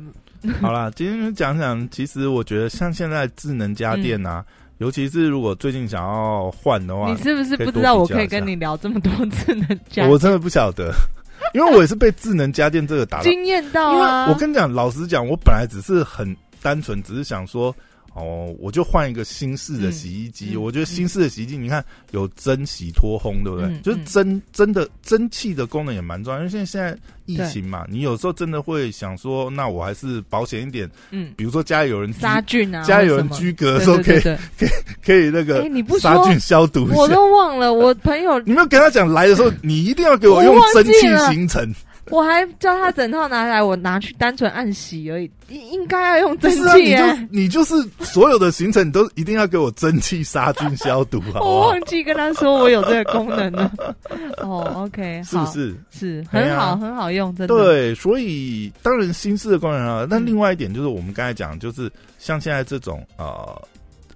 Speaker 1: 好啦，今天就讲讲，其实我觉得像现在智能家电啊，尤其是如果最近想要换的话
Speaker 2: 嗯你，是不是
Speaker 1: 可以
Speaker 2: 不
Speaker 1: 多
Speaker 2: 知道我
Speaker 1: 比较
Speaker 2: 可以
Speaker 1: 一下
Speaker 2: 跟你聊这么多智能家
Speaker 1: 我真的不晓得， 因为我也是被智能家电这个打到。
Speaker 2: 惊艳到
Speaker 1: 因为
Speaker 2: 啊？
Speaker 1: 我跟你讲，老实讲，我本来只是很单纯，只是想说，哦，我就换一个新式的洗衣机。
Speaker 2: 嗯嗯
Speaker 1: 我觉得新式的洗衣机，你看有蒸洗脱烘，对不对？
Speaker 2: 嗯
Speaker 1: 就是
Speaker 2: 嗯
Speaker 1: 蒸蒸的蒸汽的功能也蛮重要，因为现在现在疫情嘛，你有时候真的会想说，那我还是保险一点，
Speaker 2: 嗯，
Speaker 1: 比如说家里有人居
Speaker 2: 杀菌啊，
Speaker 1: 家里有
Speaker 2: 或
Speaker 1: 人
Speaker 2: 什么
Speaker 1: 居隔的
Speaker 2: 对
Speaker 1: 时候，
Speaker 2: 对
Speaker 1: 可以
Speaker 2: 对
Speaker 1: 可以那
Speaker 2: 对，哎，
Speaker 1: 个
Speaker 2: 你不
Speaker 1: 杀
Speaker 2: 说
Speaker 1: 菌消毒一
Speaker 2: 我
Speaker 1: 下。
Speaker 2: 都忘了，我朋友
Speaker 1: 你没有跟他讲来的时候，你一定要给我用
Speaker 2: 我忘
Speaker 1: 蒸
Speaker 2: 记
Speaker 1: 汽
Speaker 2: 了
Speaker 1: 行程。
Speaker 2: 我还叫他整套拿来，我拿去单纯按洗而已，应应该要用蒸
Speaker 1: 是啊，
Speaker 2: 汽
Speaker 1: 你
Speaker 2: 耶、
Speaker 1: 就你就是所有的行程，你都一定要给我蒸汽杀菌消毒，好不
Speaker 2: 我
Speaker 1: 好
Speaker 2: 忘？记跟他说我有这个功能了。 哦，OK，
Speaker 1: 是不
Speaker 2: 好？
Speaker 1: 是？
Speaker 2: 是
Speaker 1: 哎
Speaker 2: 很
Speaker 1: 呀
Speaker 2: 好，很好用，真的。，
Speaker 1: 对，所以当然新式的功能啊，但
Speaker 2: 嗯
Speaker 1: 另外一点就是我们刚才讲，就是像现在这种呃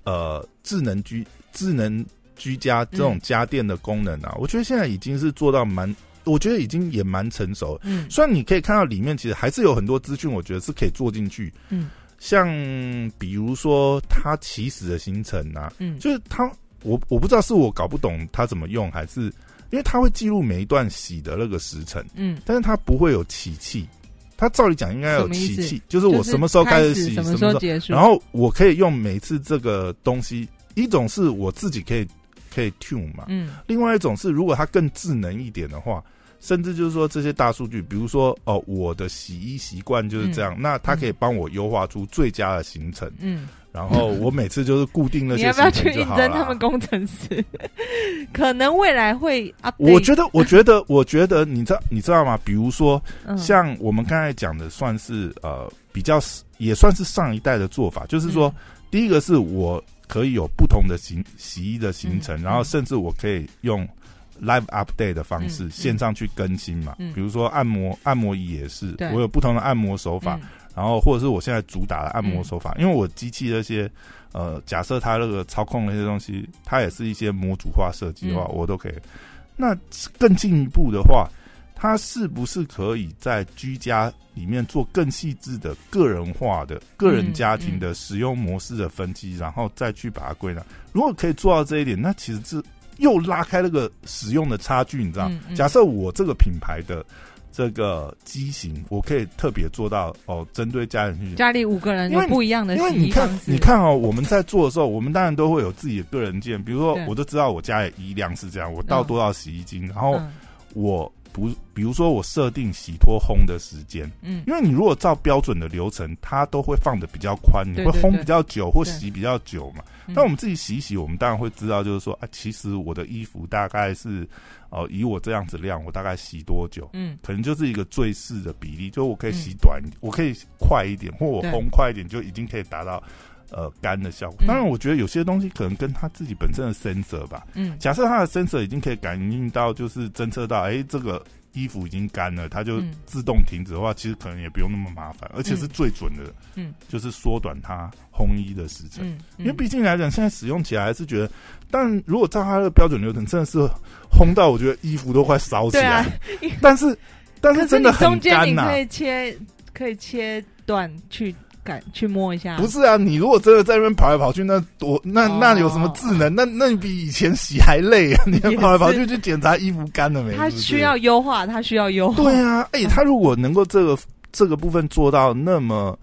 Speaker 1: 呃智能居智能居家这种
Speaker 2: 嗯
Speaker 1: 家电的功能啊，我觉得现在已经是做到蛮，我觉得已经也蛮成熟了。
Speaker 2: 嗯
Speaker 1: 虽然你可以看到里面其实还是有很多资讯，我觉得是可以做进去。
Speaker 2: 嗯，
Speaker 1: 像比如说它起始的行程啊，
Speaker 2: 嗯
Speaker 1: 就是它，我我不知道是我搞不懂它怎么用，还是因为它会记录每一段洗的那个时辰，
Speaker 2: 嗯，
Speaker 1: 但是它不会有起气。它照理讲应该有
Speaker 2: 什么意
Speaker 1: 起
Speaker 2: 思
Speaker 1: 气，就是我什么时候开
Speaker 2: 开
Speaker 1: 始洗，
Speaker 2: 什
Speaker 1: 什
Speaker 2: 么
Speaker 1: 时候，
Speaker 2: 结束？
Speaker 1: 然后我可以用每次这个东西，一种是我自己可以可以 tune 嘛，
Speaker 2: 嗯
Speaker 1: 另外一种是，如果它更智能一点的话，甚至就是说这些大数据，比如说哦，我的洗衣习惯就是这样，那它可以帮我优化出最佳的行程，
Speaker 2: 嗯，
Speaker 1: 然 后我每次就是固定那
Speaker 2: 你
Speaker 1: 些
Speaker 2: 要不要
Speaker 1: 行
Speaker 2: 去
Speaker 1: 程就
Speaker 2: 应
Speaker 1: 好
Speaker 2: 征他们
Speaker 1: 了。
Speaker 2: 工程师？ 可能未来会 update 嗯。
Speaker 1: 我觉 得，我觉得，我觉得，你知道，你知道吗？比如说，
Speaker 2: 嗯
Speaker 1: 像我们刚才讲的，算是呃比较也算是上一代的做法，就是说，
Speaker 2: 嗯
Speaker 1: 第一个是我可以有不同的行洗衣的行程，
Speaker 2: 嗯
Speaker 1: 然后
Speaker 2: 嗯
Speaker 1: 甚至我可以用 live update 的方式，
Speaker 2: 嗯嗯
Speaker 1: 线上去更新嘛。
Speaker 2: 嗯
Speaker 1: 比如说按摩按摩椅也是
Speaker 2: 对，
Speaker 1: 我有不同的按摩手
Speaker 2: 嗯
Speaker 1: 法，然后或者是我现在主打的按摩手法，因为我机器那些呃，假设它那个操控那些东西，它也是一些模组化设计的话，
Speaker 2: 嗯
Speaker 1: 我都可以。那更进一步的话，它是不是可以在居家里面做更细致的个人化的、个人家庭的使用模式的分析，然后再去把它归纳？如果可以做到这一点，那其实是又拉开那个使用的差距，你知道吗？
Speaker 2: 嗯嗯
Speaker 1: 假设我这个品牌的这个机型，我可以特别做到哦，针对家人去。
Speaker 2: 家里五个人有
Speaker 1: 因为
Speaker 2: 不一样的
Speaker 1: 因为
Speaker 2: 洗
Speaker 1: 你
Speaker 2: 衣方
Speaker 1: 看，
Speaker 2: 式，
Speaker 1: 你看哦，我们在做的时候，我们当然都会有自己的个人见，比如说
Speaker 2: 对，
Speaker 1: 我就知道我家里衣量是这样，我倒
Speaker 2: 嗯
Speaker 1: 多少洗衣精，然后
Speaker 2: 嗯
Speaker 1: 我不，比如说我设定洗脱烘的时间，
Speaker 2: 嗯
Speaker 1: 因为你如果照标准的流程，它都会放的比较宽，你
Speaker 2: 对
Speaker 1: 会
Speaker 2: 对
Speaker 1: 烘
Speaker 2: 对
Speaker 1: 比较久或
Speaker 2: 对
Speaker 1: 洗比较久嘛。
Speaker 2: 嗯
Speaker 1: 那我们自己洗一洗，我们当然会知道，就是说啊，其实我的衣服大概是，呃，以我这样子量，我大概洗多久？
Speaker 2: 嗯
Speaker 1: 可能就是一个最适的比例，就我可以
Speaker 2: 嗯
Speaker 1: 洗短，一点，我可以快一点，或我
Speaker 2: 对
Speaker 1: 烘快一点，就已经可以达到呃干的效果。
Speaker 2: 嗯
Speaker 1: 当然，我觉得有些东西可能跟它自己本身的 sensor 吧，
Speaker 2: 嗯
Speaker 1: 假设它的 sensor 已经可以感应到，就是侦测到，哎、这个衣服已经干了，它就
Speaker 2: 嗯
Speaker 1: 自动停止的话，其实可能也不用那么麻烦，而且是最准的，
Speaker 2: 嗯，
Speaker 1: 就是缩短它烘衣的时程。
Speaker 2: 嗯，
Speaker 1: 因为毕竟来讲，现在使用起来还是觉得，但如果照它的标准流程，真的是烘到我觉得衣服都快烧起
Speaker 2: 对
Speaker 1: 来，
Speaker 2: 啊，
Speaker 1: 但是但
Speaker 2: 可
Speaker 1: 真
Speaker 2: 你
Speaker 1: 的很
Speaker 2: 中间
Speaker 1: 干
Speaker 2: 你
Speaker 1: 呐、
Speaker 2: 可以切，可以切断去感去摸一下，
Speaker 1: 不是啊，你如果真的在那边跑来跑去，那多那
Speaker 2: 哦
Speaker 1: 那有什么智能？那那你比以前洗还累啊！ 你
Speaker 2: 也
Speaker 1: 跑来跑
Speaker 2: 是
Speaker 1: 去去检查衣服干了没？
Speaker 2: 它
Speaker 1: 是不是
Speaker 2: 需要嗯优化，它需要优化。
Speaker 1: 对啊，哎、他如果能够这个这个部分做到那么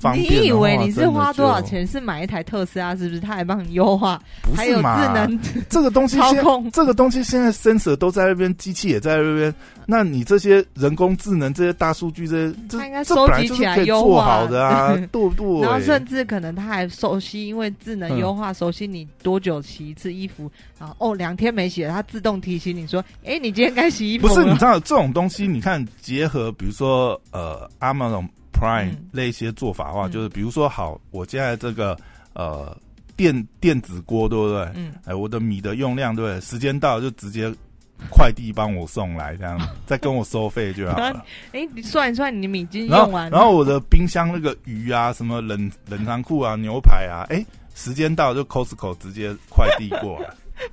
Speaker 1: 方便的话，
Speaker 2: 你以为你是
Speaker 1: 真的
Speaker 2: 花
Speaker 1: 就
Speaker 2: 多少？钱是买一台特斯拉，是不是？它还帮你优化，
Speaker 1: 不
Speaker 2: 还
Speaker 1: 是
Speaker 2: 有智
Speaker 1: 嘛？
Speaker 2: 能
Speaker 1: 这个东西
Speaker 2: 操
Speaker 1: 现
Speaker 2: 控，
Speaker 1: 这个东西现在 sensor 都在那边，机器也在那边，那你这些人工智能、这些大数据、这些
Speaker 2: 它应该
Speaker 1: 这这
Speaker 2: 收
Speaker 1: 本来
Speaker 2: 集
Speaker 1: 就
Speaker 2: 起
Speaker 1: 是
Speaker 2: 来
Speaker 1: 可以
Speaker 2: 优
Speaker 1: 做
Speaker 2: 化
Speaker 1: 好的 啊，对不对？
Speaker 2: 然后甚至可能它还熟悉，因为智能
Speaker 1: 嗯
Speaker 2: 优化熟悉你多久洗一次衣服，然后哦两天没洗了，它自动提醒你说，哎，你今天该洗衣服
Speaker 1: 不
Speaker 2: 了。
Speaker 1: 是，你知道这种东西，你看结合比如说呃 Amazon Prime
Speaker 2: 嗯
Speaker 1: 那一些做法的话，
Speaker 2: 嗯
Speaker 1: 就是比如说好，我现在这个呃电电子锅，对不对？
Speaker 2: 嗯，
Speaker 1: 哎，我的米的用量对不对？时间到了就直接快递帮我送来，这样再跟我收费就 好了。
Speaker 2: 哎，你算一算，你的米已经
Speaker 1: 然
Speaker 2: 用
Speaker 1: 后
Speaker 2: 完，了，
Speaker 1: 然后我的冰箱那个鱼啊，什么冷冷藏库啊、牛排啊，哎，时间到就 Costco 直接快递过 来，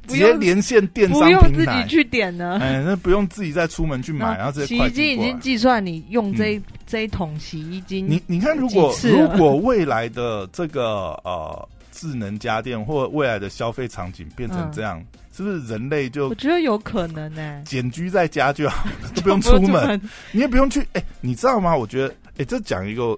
Speaker 2: 不
Speaker 1: 直接
Speaker 2: 用
Speaker 1: 连线电商
Speaker 2: 不用
Speaker 1: 平
Speaker 2: 自己
Speaker 1: 台。
Speaker 2: 去点呢。
Speaker 1: 哎，那不用自己再出门去买，然后直接
Speaker 2: 洗
Speaker 1: 快
Speaker 2: 衣机
Speaker 1: 递
Speaker 2: 已
Speaker 1: 过
Speaker 2: 经
Speaker 1: 来。嗯
Speaker 2: 计算你用这一这一桶洗衣精，
Speaker 1: 你你看，如果
Speaker 2: 几次
Speaker 1: 如
Speaker 2: 了
Speaker 1: 果未来的这个呃智能家电或未来的消费场景变
Speaker 2: 嗯
Speaker 1: 成这样，是不是人类就
Speaker 2: 我觉得有可能呢，
Speaker 1: 简居在家 就 好，都不用出门，，你也不用去。哎、你知道吗？我觉得，哎、这讲一个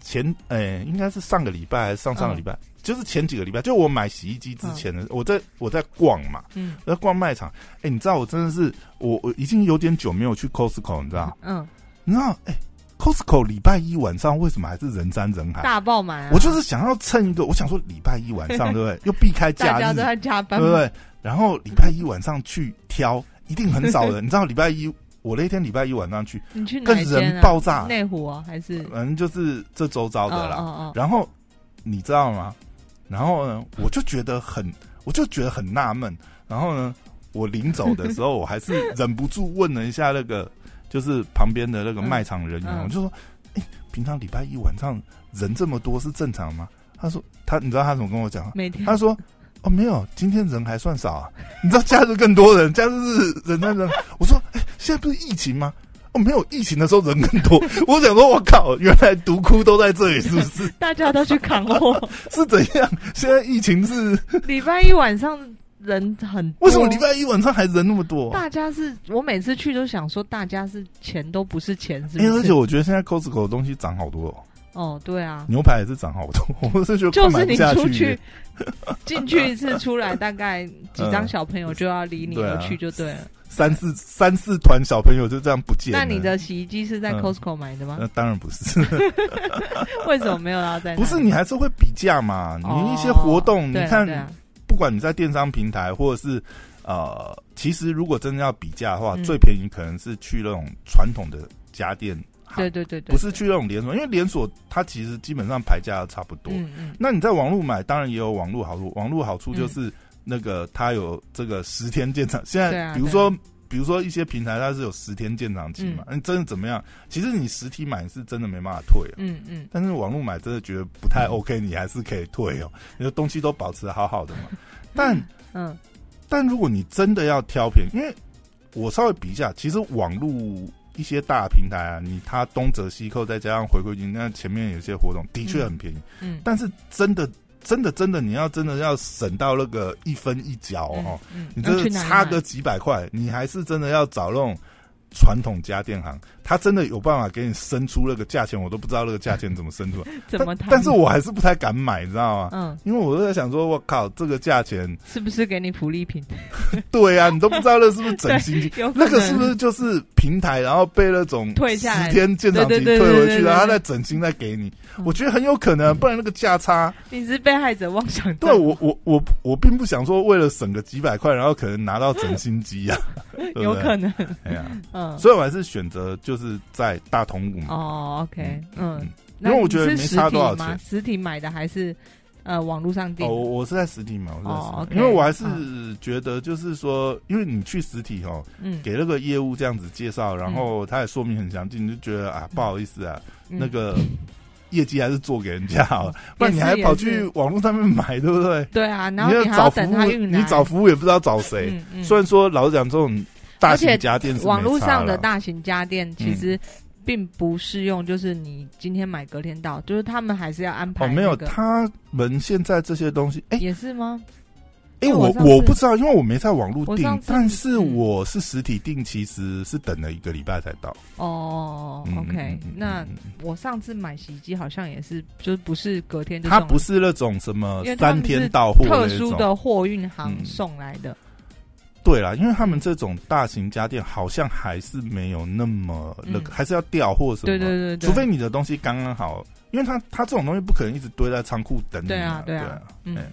Speaker 1: 前，哎、应该是上个礼拜还是上上个礼
Speaker 2: 嗯
Speaker 1: 拜，就是前几个礼拜，就我买洗衣机之前的，我在我在逛嘛，
Speaker 2: 嗯
Speaker 1: 我在逛卖场。哎、你知道我真的是，我我已经有点久没有去 Costco，你知道。
Speaker 2: 嗯，
Speaker 1: 你知道，哎、c o s t c o 礼拜一晚上为什么还是人山人海？
Speaker 2: 大爆满啊，
Speaker 1: 我就是想要蹭一个，我想说礼拜一晚 上，对不对？又避开假
Speaker 2: 大
Speaker 1: 日
Speaker 2: 家，都在加班
Speaker 1: 对，不对？然后礼拜一晚上去挑，一定很少 人。你知道，礼拜一我那天礼拜一晚上去，
Speaker 2: 你去哪
Speaker 1: 更
Speaker 2: 一间
Speaker 1: 人
Speaker 2: 啊？
Speaker 1: 爆炸，
Speaker 2: 内湖啊还是
Speaker 1: 反正就是这周遭的啦。
Speaker 2: 哦哦哦，
Speaker 1: 然后你知道吗？然后呢，我就觉得很，我就觉得很纳闷。然后呢，我临走的时候，我还是忍不住问了一下那个，就是旁边的那个
Speaker 2: 嗯
Speaker 1: 卖场人员，
Speaker 2: 嗯
Speaker 1: 我就说：“哎、平常礼拜一晚上人这么多是正常吗？”他说：“他，你知道他怎么跟我讲吗？
Speaker 2: 每天
Speaker 1: 他说。”哦，没有，今天人还算少啊。你知道假日更多人，假日是人山人海。我说，哎、现在不是疫情吗？哦，没有，疫情的时候人更多。我想说，我靠，原来独窟都在这里，是不是？
Speaker 2: 大家都去扛 货，
Speaker 1: 是怎样？现在疫情是
Speaker 2: 礼拜一晚上人很多，
Speaker 1: 为什么礼拜一晚上还人那么多？
Speaker 2: 大家是我每次去都想说，大家是钱都不是钱，是
Speaker 1: 哎、
Speaker 2: 不
Speaker 1: 而
Speaker 2: 是？
Speaker 1: 且我觉得现在 Costco 的东西涨好多、哦，
Speaker 2: 哦，对啊，
Speaker 1: 牛排也是涨好多，我是觉得
Speaker 2: 就
Speaker 1: 快买
Speaker 2: 是
Speaker 1: 不
Speaker 2: 你
Speaker 1: 下
Speaker 2: 出
Speaker 1: 去
Speaker 2: 去进去一次，出来大概几张小朋友就要离你
Speaker 1: 对啊
Speaker 2: 而去，就对了。
Speaker 1: 三四三四团小朋友就这样不见了。
Speaker 2: 那你的洗衣机是在
Speaker 1: 嗯
Speaker 2: Costco 买的吗
Speaker 1: 那？当然不是，
Speaker 2: 为什么没有要在那里？
Speaker 1: 不是你还是会比价嘛？
Speaker 2: 哦
Speaker 1: 你一些活动，你
Speaker 2: 对啊
Speaker 1: 看，
Speaker 2: 对啊
Speaker 1: 不管你在电商平台或者是呃，其实如果真的要比价的话，
Speaker 2: 嗯
Speaker 1: 最便宜可能是去那种传统的家电行，
Speaker 2: 对对对
Speaker 1: 啊
Speaker 2: 对，
Speaker 1: 不是去那种连锁，因为连锁它其实基本上牌价都差不多。
Speaker 2: 嗯嗯嗯
Speaker 1: 那你在网络买，当然也有网络好处。网络好处就是那个它有这个十天鉴赏。现
Speaker 2: 对
Speaker 1: 在
Speaker 2: 啊
Speaker 1: 比如说、比如说一些平台它是有十天鉴赏期嘛，
Speaker 2: 嗯
Speaker 1: 嗯，真的怎么样？其实你实体买是真的没办法退、啊。
Speaker 2: 嗯嗯，
Speaker 1: 但是网络买真的觉得不太 OK，、你还是可以退哦，你的东西都保持得好好的嘛。 但
Speaker 2: 嗯
Speaker 1: 但如果你真的要挑便宜，因为我稍微比一下，其实网络一些大平台啊，你它东折西扣，再加上回馈金，那前面有些活动的确很便宜，
Speaker 2: 嗯，
Speaker 1: 但是真的真的真的，你要真的要省到那个一分一角哦，
Speaker 2: 嗯，嗯
Speaker 1: 你
Speaker 2: 要
Speaker 1: 这
Speaker 2: 去哪里
Speaker 1: 差个
Speaker 2: 买
Speaker 1: 几百块，你还是真的要找那种。传统家电行，它真的有办法给你生出那个价钱，我都不知道那个价钱怎么生出来。
Speaker 2: 怎么
Speaker 1: 但
Speaker 2: 谈？
Speaker 1: 但是我还啊是不太敢买，你知道吗？
Speaker 2: 嗯，
Speaker 1: 因为我都在想说，我靠，这个价钱，
Speaker 2: 是不是给你福利品？，
Speaker 1: 对啊，你都不知道那是不是整新机
Speaker 2: 有可
Speaker 1: 那
Speaker 2: 能
Speaker 1: 个是不是就是平台，然后被那种
Speaker 2: 退下来
Speaker 1: 十天鉴赏期
Speaker 2: 对对对
Speaker 1: 退
Speaker 2: 对
Speaker 1: 回
Speaker 2: 对
Speaker 1: 去，
Speaker 2: 对对
Speaker 1: 然后再整新再给你
Speaker 2: 嗯？
Speaker 1: 我觉得很有可能，不然那个价差，
Speaker 2: 你是被害者妄想症？
Speaker 1: 对我我我我并不想说为了省个几百块，然后可能拿到整新机 啊，对不对
Speaker 2: 有可能，
Speaker 1: 哎呀，
Speaker 2: 嗯，
Speaker 1: 所以我还是选择就是在大同五嘛，
Speaker 2: 哦，OK，嗯，
Speaker 1: 嗯
Speaker 2: 那
Speaker 1: 因为我觉得
Speaker 2: 你是
Speaker 1: 没
Speaker 2: 实
Speaker 1: 差
Speaker 2: 体
Speaker 1: 多少
Speaker 2: 吗
Speaker 1: 钱
Speaker 2: 实体买的还是呃网络上订
Speaker 1: 哦，
Speaker 2: 的？
Speaker 1: 我我是在实体买，我是在实体买
Speaker 2: 哦，OK，
Speaker 1: 因为我还是觉得就是说，因为你去实体哦，
Speaker 2: 嗯，
Speaker 1: 给那个业务这样子介绍，然后他也说明很详尽，你就觉得啊，不好意思啊，
Speaker 2: 嗯
Speaker 1: 那个业绩还是做给人家好了，不
Speaker 2: 也
Speaker 1: 然你
Speaker 2: 是
Speaker 1: 还
Speaker 2: 也
Speaker 1: 跑
Speaker 2: 是
Speaker 1: 去网络上面买，对不对？
Speaker 2: 对啊，然
Speaker 1: 你
Speaker 2: 后
Speaker 1: 要
Speaker 2: 还
Speaker 1: 找
Speaker 2: 要
Speaker 1: 服
Speaker 2: 等他
Speaker 1: 务，
Speaker 2: 运来，
Speaker 1: 你找服务也不知道找谁。
Speaker 2: 嗯嗯
Speaker 1: 虽然说老实讲，这种大
Speaker 2: 而且
Speaker 1: 型家电是
Speaker 2: 网
Speaker 1: 没
Speaker 2: 络
Speaker 1: 差
Speaker 2: 上的
Speaker 1: 啦嗯
Speaker 2: 大型家电其实并不适用，就是你今天买隔天到，就是他们还是要安排
Speaker 1: 哦，没有，
Speaker 2: 那个
Speaker 1: 他们现在这些东西，哎
Speaker 2: 也是吗？
Speaker 1: 哎，
Speaker 2: 因为
Speaker 1: 我
Speaker 2: 我上
Speaker 1: 我
Speaker 2: 次
Speaker 1: 不知道，因为我没在网络
Speaker 2: 我
Speaker 1: 订
Speaker 2: 上，次
Speaker 1: 但是
Speaker 2: 嗯
Speaker 1: 我是实体订，其实是等了一个礼拜才到。
Speaker 2: 哦
Speaker 1: 嗯
Speaker 2: ，OK，
Speaker 1: 嗯嗯嗯
Speaker 2: 那
Speaker 1: 嗯嗯
Speaker 2: 我上次买洗衣机好像也是，就不是隔天就
Speaker 1: 它
Speaker 2: 送
Speaker 1: 不
Speaker 2: 来
Speaker 1: 是那种什么
Speaker 2: 因为他们
Speaker 1: 三
Speaker 2: 是
Speaker 1: 天到货
Speaker 2: 特
Speaker 1: 那
Speaker 2: 殊
Speaker 1: 种
Speaker 2: 的货运行
Speaker 1: 嗯
Speaker 2: 送来的，
Speaker 1: 对啦，因为他们这种大型家电好像还是没有那么那个，
Speaker 2: 嗯
Speaker 1: 还是要调货什么。
Speaker 2: 对对对对，
Speaker 1: 除非你的东西刚刚好，因为他他这种东西不可能一直堆在仓库等你
Speaker 2: 对啊
Speaker 1: 对
Speaker 2: 对啊嗯
Speaker 1: 哎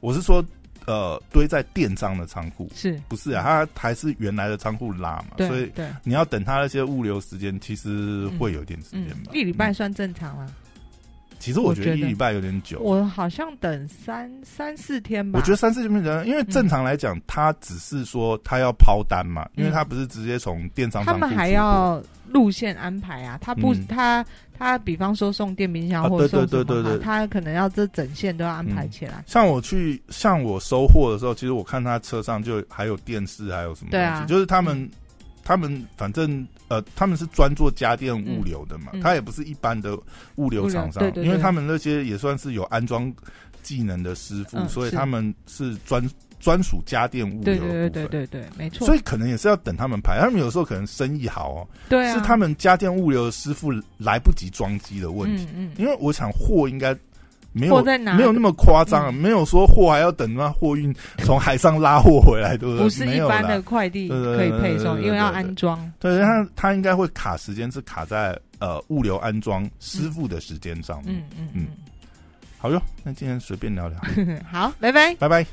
Speaker 1: 我是说，呃，堆在电商的仓库，
Speaker 2: 是，
Speaker 1: 不是啊，它还是原来的仓库拉嘛，所
Speaker 2: 嗯对
Speaker 1: 以
Speaker 2: 对，
Speaker 1: 你要等它那些物流时间，其实会有一点时
Speaker 2: 嗯
Speaker 1: 间吧。，
Speaker 2: 一礼拜算正常啦。
Speaker 1: 其实我
Speaker 2: 我
Speaker 1: 觉得
Speaker 2: 觉
Speaker 1: 一
Speaker 2: 得
Speaker 1: 礼拜有点久。
Speaker 2: 我好像等三三四天吧，
Speaker 1: 我觉得三四千人，
Speaker 2: 嗯
Speaker 1: 因为正常来讲，他只是说他要抛单嘛，因为
Speaker 2: 嗯
Speaker 1: 他不是直接从电商
Speaker 2: 他
Speaker 1: 仓库
Speaker 2: 们还
Speaker 1: 出货
Speaker 2: 要路线安排啊，他不、
Speaker 1: 嗯
Speaker 2: 他他比方说送电冰箱
Speaker 1: 啊
Speaker 2: 或者
Speaker 1: 对
Speaker 2: 送
Speaker 1: 对
Speaker 2: 什么
Speaker 1: 对
Speaker 2: 哈
Speaker 1: 对对
Speaker 2: 他可能要这整线都要安排起来。
Speaker 1: 像我去，像我收货的时候，其实我看他车上就还有电视，还有什么东
Speaker 2: 对
Speaker 1: 西，
Speaker 2: 啊
Speaker 1: 就是他们，他们反正呃，他们是专做家电物流的嘛，
Speaker 2: 嗯嗯
Speaker 1: 他也不是一般的物流厂商，
Speaker 2: 物流对对对
Speaker 1: 因为他们那些也算是有安装技能的师傅，
Speaker 2: 嗯
Speaker 1: 所以
Speaker 2: 是
Speaker 1: 他们是专专属家电嗯物流
Speaker 2: 对
Speaker 1: 的部
Speaker 2: 对对
Speaker 1: 分。
Speaker 2: 对对对，没错
Speaker 1: 所。以可能也是要等他们排，他们有时候可能生意好哦，
Speaker 2: 对啊，
Speaker 1: 是他们家电物流的师傅来不及装机的问题。
Speaker 2: 嗯嗯，
Speaker 1: 因为我想货应该没
Speaker 2: 货
Speaker 1: 有
Speaker 2: 在哪
Speaker 1: 没有那么夸张，啊
Speaker 2: 嗯
Speaker 1: 没有说货还要等那货运 从海上拉货回来，对不对？
Speaker 2: 不是
Speaker 1: 没
Speaker 2: 一
Speaker 1: 有啦
Speaker 2: 般的快递
Speaker 1: 对对
Speaker 2: 可以
Speaker 1: 对
Speaker 2: 配
Speaker 1: 对
Speaker 2: 送，
Speaker 1: 对
Speaker 2: 因为要
Speaker 1: 对对
Speaker 2: 安装。
Speaker 1: 对，它它应该会卡时间，是卡在呃物流安装师傅的时间上面。
Speaker 2: 嗯嗯
Speaker 1: 嗯好哟，那今天随便聊聊，
Speaker 2: 嗯，好，拜拜。
Speaker 1: 拜拜。